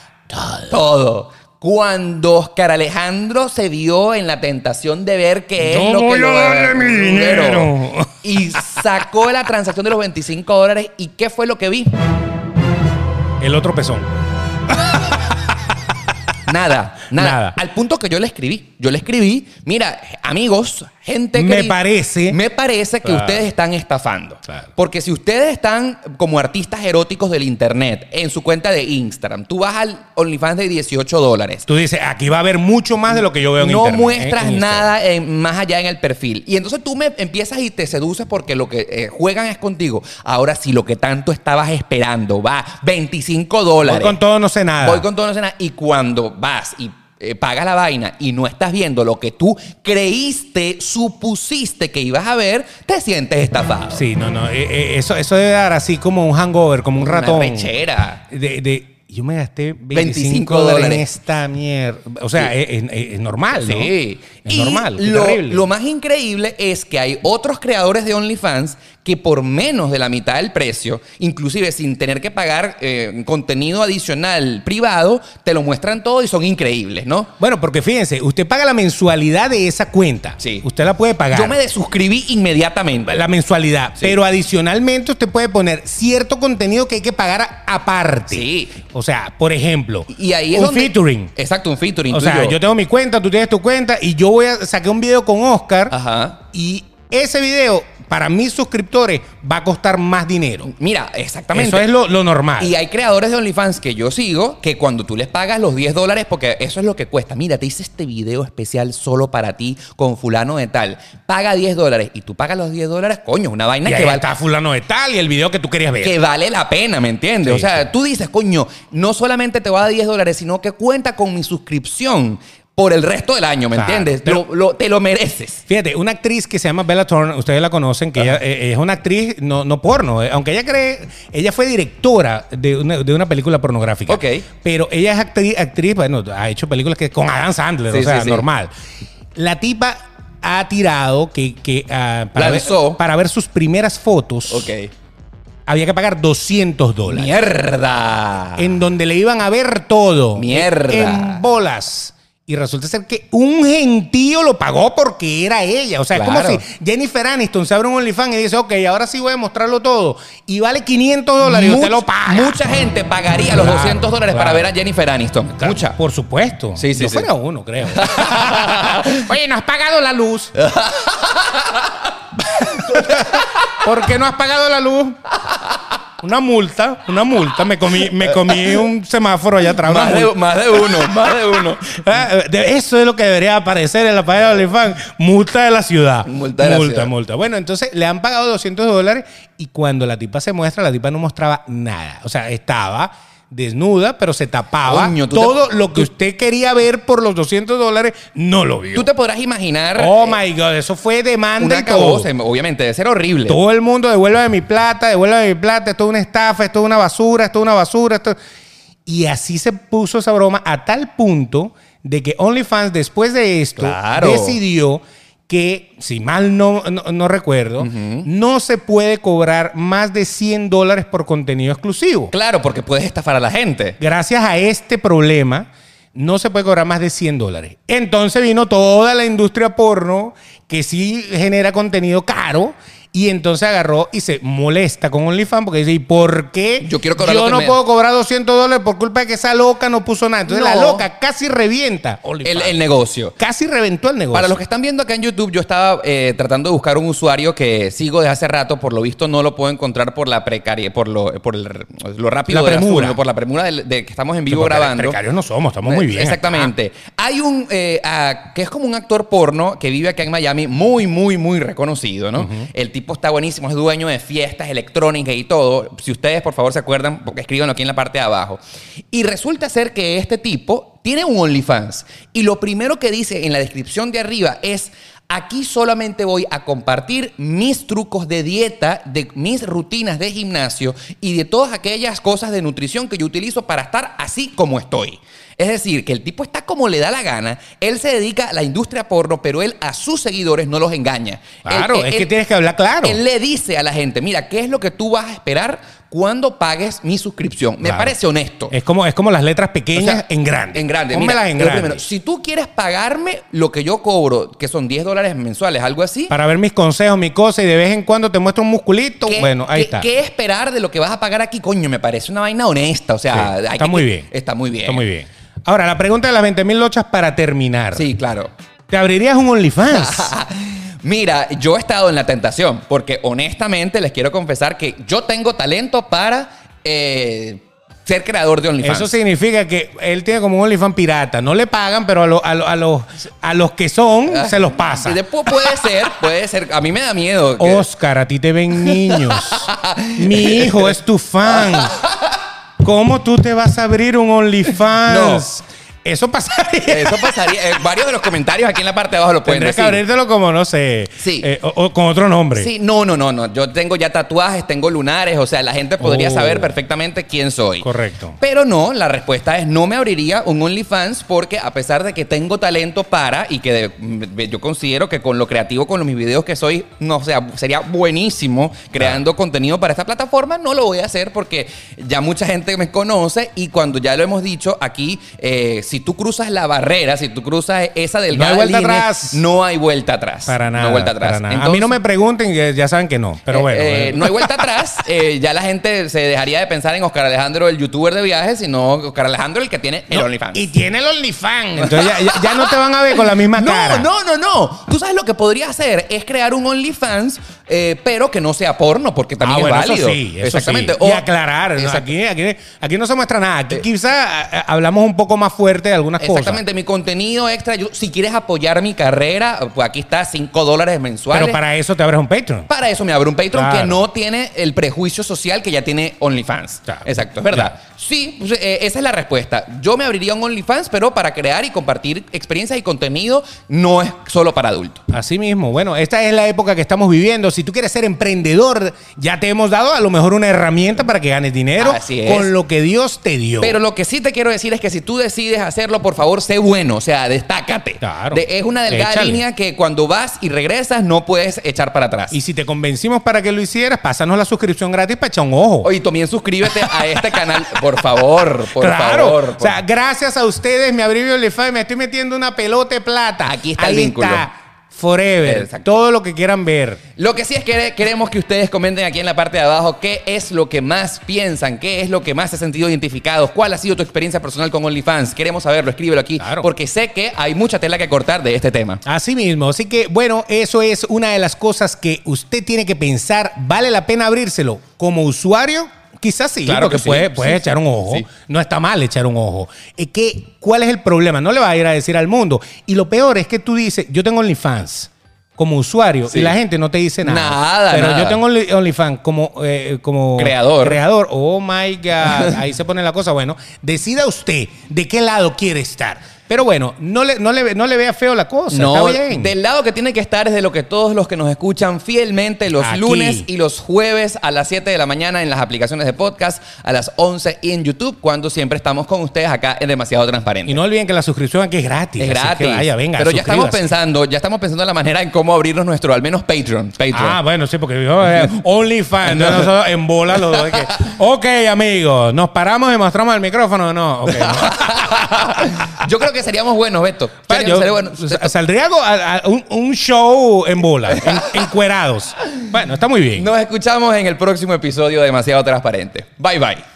Todo. Cuando Oscar Alejandro se vio en la tentación de ver que es
Yo
lo que
voy
lo
a darle mi dinero.
Y sacó la transacción de los 25 dólares. ¿Y qué fue lo que vi?
El otro pezón.
Nada, nada.
Nada.
Al punto que yo le escribí. Yo le escribí, mira, amigos, gente que.
Me parece.
Me parece que
Claro.
ustedes están estafando.
Claro.
Porque si ustedes están como artistas eróticos del internet en su cuenta de Instagram, tú vas al OnlyFans de 18 dólares.
Tú dices, aquí va a haber mucho más de lo que yo veo en
no
internet. ¿eh?
muestras
en- en Instagram.
nada en- más allá en el perfil. Y entonces tú me empiezas y te seduces porque lo que eh, juegan es contigo. Ahora sí, lo que tanto estabas esperando, va, 25 dólares.
Voy con todo, no sé nada.
Voy con todo, no sé nada. Y cuando vas y eh, pagas la vaina y no estás viendo lo que tú creíste, supusiste que ibas a ver, te sientes estafado.
Sí, no, no. eh, eh, eso, eso debe dar así como un hangover, como un
Una
ratón.
rechera.
De, de- yo me gasté 25,
25
dólares en
dólares.
esta mierda. O sea,
Sí.
es, es- es normal, ¿no?
Sí.
Es
Y
normal. qué
Lo,
terrible.
lo más increíble es que hay otros creadores de OnlyFans que por menos de la mitad del precio, inclusive sin tener que pagar eh, contenido adicional privado, te lo muestran todo y son increíbles, ¿no?
Bueno, porque fíjense, usted paga la mensualidad de esa cuenta.
Sí.
Usted la puede pagar.
Yo me desuscribí inmediatamente.
la mensualidad,
Sí.
pero adicionalmente usted puede poner cierto contenido que hay que pagar a- aparte.
Sí.
O sea, por ejemplo,
y ahí es
un
donde-
featuring.
Exacto, un featuring.
O
tú y
sea,
yo.
yo tengo mi cuenta, tú tienes tu cuenta y yo voy a sacar un video con Oscar
Ajá.
y ese video para mis suscriptores va a costar más dinero.
Mira, exactamente.
Eso es lo, lo normal.
Y hay creadores de OnlyFans que yo sigo que cuando tú les pagas los 10 dólares, porque eso es lo que cuesta. Mira, te hice este video especial solo para ti con fulano de tal. Paga 10 dólares y tú pagas los 10 dólares, coño, una vaina
Y
que
ahí
vale.
está fulano de tal y el video que tú querías ver.
Que vale la pena, ¿me entiendes?
Sí,
o sea,
sí.
tú dices, coño, no solamente te va a dar 10 dólares, sino que cuenta con mi suscripción por el resto del año, ¿me
Claro.
entiendes?
Pero-
Lo- lo- te lo mereces.
Fíjate, una actriz que se llama Bella Thorne, ustedes la conocen, que ella eh, es una actriz no, no porno, eh, aunque ella cree, ella fue directora de una, de una película pornográfica.
Ok.
Pero ella es actriz, actriz, bueno, ha hecho películas que con Adam Sandler,
Sí,
o sea,
sí, sí.
normal. La tipa ha tirado que, que ah, para, ver,
Lanzó.
para ver sus primeras fotos
Ok.
ha había que pagar 200 dólares.
¡Mierda!
En donde le iban a ver todo.
Ah. Mierda.
En bolas. Y resulta ser que un gentío lo pagó porque era ella. O sea, es
Claro.
como si Jennifer Aniston se abre un OnlyFans y dice, ok, ahora sí voy a mostrarlo todo. Y vale 500 dólares y
Much-
usted lo paga.
Mucha gente pagaría los
Claro,
200 dólares para
claro.
ver a Jennifer Aniston.
Claro,
Mucha.
Por supuesto.
Sí, sí,
Yo
sí.
fuera
*laughs*
uno, creo. Oye, no has pagado la luz. ¿Por qué no has pagado la luz? Una multa, una multa. Me comí, me comí un semáforo allá atrás. una
Más de,
multa.
más de *laughs* uno, más de uno.
Ah, eh, de- Eso es lo que debería aparecer en la página de OnlyFans. Multa de la ciudad.
Multa de la
multa,
ciudad.
multa. Bueno, entonces le han pagado 200 dólares y cuando la tipa se muestra, la tipa no mostraba nada. O sea, estaba desnuda, pero se tapaba.
Coño, tú te-
Todo lo que usted quería ver por los 200 dólares no lo vio.
Tú te podrás imaginar
Oh
eh,
my God, eso fue demanda
una
y todo.
acabose, obviamente, debe ser horrible.
Todo el mundo devuelve mi plata, devuelve mi plata, esto es una estafa, esto es una basura, esto es una basura, esto... Y así se puso esa broma a tal punto de que OnlyFans después de esto
Claro.
decidió que, si mal no, no, no recuerdo, no se puede cobrar más de 100 dólares por contenido exclusivo.
Claro, porque puedes estafar a la gente.
Gracias a este problema, no se puede cobrar más de 100 dólares. Entonces vino toda la industria porno que sí genera contenido caro. Y entonces agarró y se molesta con OnlyFans porque dice, ¿y por qué
Yo quiero cobrar lo
yo
que
no
me-
puedo cobrar 200 dólares por culpa de que esa loca no puso nada? Entonces la
No.
loca casi revienta.
El, el negocio.
Casi reventó el negocio.
Para los que están viendo acá en YouTube, yo estaba eh, tratando de buscar un usuario que sigo desde hace rato. Por lo visto, no lo puedo encontrar por la precaria, por lo, por el- lo rápido
La
del asunto,
premura.
por la premura del- de, que estamos en
Sí,
vivo
porque
grabando. Eh,
Precarios no somos, estamos muy bien. acá.
Exactamente. Hay un eh, ah, que es como un actor porno que vive acá en Miami, muy, muy, muy reconocido, ¿no? El tipo está buenísimo, es dueño de fiestas electrónicas y todo. Si ustedes, por favor, se acuerdan, porque escríbanlo aquí en la parte de abajo. Y resulta ser que este tipo tiene un OnlyFans. Y lo primero que dice en la descripción de arriba es. Aquí solamente voy a compartir mis trucos de dieta, de mis rutinas de gimnasio y de todas aquellas cosas de nutrición que yo utilizo para estar así como estoy. Es decir, que el tipo está como le da la gana, él se dedica a la industria porno, pero él a sus seguidores no los engaña.
Claro,
Él-
es
él-
que tienes que hablar claro.
Él le dice a la gente, mira, ¿qué es lo que tú vas a esperar cuando pagues mi suscripción? Me
Claro.
parece honesto.
Es como, es como las letras
O
pequeñas
sea,
en grande.
En grande.
Pónmelas
Mira,
en
lo
grande.
primero, si tú quieres pagarme lo que yo cobro, que son 10 dólares mensuales, algo así,
para ver mis consejos, mi cosa, y de vez en cuando te muestro un musculito.
¿Qué-
bueno, ahí
qué-
está.
¿Qué esperar de lo que vas a pagar aquí? Coño, me parece una vaina honesta. O sea,
Sí,
hay
está
que-
muy bien.
Está muy bien.
Está muy bien. Ahora, la pregunta de las 20 mil lochas para terminar.
Sí, claro.
¿Te abrirías
*laughs*
un OnlyFans?
Mira, yo he estado en la tentación, porque honestamente les quiero confesar que yo tengo talento para eh, ser creador de OnlyFans.
Eso significa que él tiene como un OnlyFans pirata. No le pagan, pero a, lo- a, lo- a los, a los que son,
Ah,
se los pasa. Oh,
Y después puede ser, puede ser. A mí me da miedo. que-
Oscar, a ti te ven niños.
*laughs*
Mi hijo es tu fan. ¿Cómo tú te vas a abrir un OnlyFans? Eso pasaría.
Eso pasaría. Eh, varios de los comentarios aquí en la parte de abajo lo pueden
Tendrías que
decir.
abrírtelo como, no sé,
Sí.
eh, o, o con otro nombre.
Sí, no, no, no, no. Yo tengo ya tatuajes, tengo lunares, o sea, la gente podría
Oh.
saber perfectamente quién soy.
Correcto.
Pero no, la respuesta es no me abriría un OnlyFans porque a pesar de que tengo talento para y que de- m- yo considero que con lo creativo, con los, mis videos que soy, no o sea, sería buenísimo creando contenido para esta plataforma, no lo voy a hacer porque ya mucha gente me conoce y cuando ya lo hemos dicho aquí, eh, si tú cruzas la barrera, si tú cruzas esa delgada
vuelta
línea,
atrás.
no hay vuelta atrás. No
Para nada.
hay vuelta atrás.
para nada. a mí
Entonces-
no me pregunten, ya, ya saben que no. Pero
eh,
bueno.
eh,
bueno.
no hay vuelta
*laughs*
atrás. Eh, ya la gente se dejaría de pensar en Oscar Alejandro, el youtuber de viajes, sino Oscar Alejandro, el que tiene el
No,
OnlyFans.
Y tiene el OnlyFans. Entonces ya, ya- ya no te van a ver con la misma
*laughs*
cara.
No, no, no, no. Tú sabes lo que podría hacer es crear un OnlyFans, eh, pero que no sea porno, porque
Ah,
también
bueno,
es válido.
eso sí, eso
Exactamente.
sí.
O-
y aclarar. ¿no?
Exact-
Aquí, aquí, aquí no se muestra nada. Aquí quizá a- a- hablamos un poco más fuerte de algunas cosas.
Exactamente, mi contenido extra. yo- si quieres apoyar mi carrera, pues aquí está 5 dólares mensuales.
Pero para eso te abres un Patreon.
Para eso me abro un Patreon
Claro.
que no tiene el prejuicio social que ya tiene OnlyFans.
Claro.
Exacto, es verdad.
Ya.
Sí, pues, eh, esa es la respuesta. Yo me abriría un OnlyFans, pero para crear y compartir experiencias y contenido no es solo para adultos.
Así mismo, bueno, esta es la época que estamos viviendo. Si tú quieres ser emprendedor, ya te hemos dado a lo mejor una herramienta para que ganes dinero
Así es.
con lo que Dios te dio.
Pero lo que sí te quiero decir es que si tú decides hacerlo, por favor, sé bueno, o sea, destácate.
Claro.
De- es una delgada
Échale.
línea que cuando vas y regresas no puedes echar para atrás.
y
Y
si te convencimos para que lo hicieras, pásanos la suscripción gratis para echar un ojo.
Oye, también suscríbete a este canal, por favor, por
*laughs* claro.
favor.
o
por-
sea, gracias a ustedes me abrí mi OnlyFans y me estoy metiendo una pelota de plata.
Aquí está el
Ahí
vínculo.
está. Forever.
Exacto.
Todo lo que quieran ver.
Lo que sí es que queremos que ustedes comenten aquí en la parte de abajo qué es lo que más piensan, qué es lo que más se ha sentido identificados, cuál ha sido tu experiencia personal con OnlyFans. Queremos saberlo, escríbelo aquí,
Claro.
porque sé que hay mucha tela que cortar de este tema.
Así mismo, así que bueno, eso es una de las cosas que usted tiene que pensar, ¿vale la pena abrírselo como usuario? Quizás sí,
Claro
porque
que sí.
puede, puede
Sí,
echar
sí,
un ojo,
sí.
no está mal echar un ojo. Es que, ¿Cuál es el problema? No le va a ir a decir al mundo. Y lo peor es que tú dices, yo tengo OnlyFans como usuario
Sí.
y la gente no te dice nada.
Nada,
Pero
nada.
yo tengo Only- OnlyFans como, eh, como
Creador.
creador. Oh my God. Ahí se pone la cosa. Bueno, decida usted de qué lado quiere estar. Pero bueno, no le, no le, no le vea feo la cosa.
no,
está bien.
del lado que tiene que estar es de lo que todos los que nos escuchan fielmente los
Aquí.
lunes y los jueves a las 7 de la mañana en las aplicaciones de podcast, a las 11 y en YouTube, cuando siempre estamos con ustedes acá en Demasiado Transparente.
Y no olviden que la suscripción aquí es gratis.
es
así
gratis.
que vaya, venga,
Pero ya estamos
suscríbase.
pensando, ya estamos pensando en la manera en cómo abrirnos nuestro, al menos Patreon. Patreon.
Ah, bueno, sí, porque yo eh,
*laughs*
OnlyFans, no, nosotros en bola los dos. es que, ok, amigos, ¿nos paramos y mostramos el micrófono o
*laughs*
no? Ok, no.
Yo creo que seríamos buenos, Beto.
Pa,
Seríamos-
yo-
sería bueno.
sa- saldría algo, a- a- un, un show en bola, en, encuerados. Bueno, está muy bien.
Nos escuchamos en el próximo episodio de Demasiado Transparente. Bye, bye.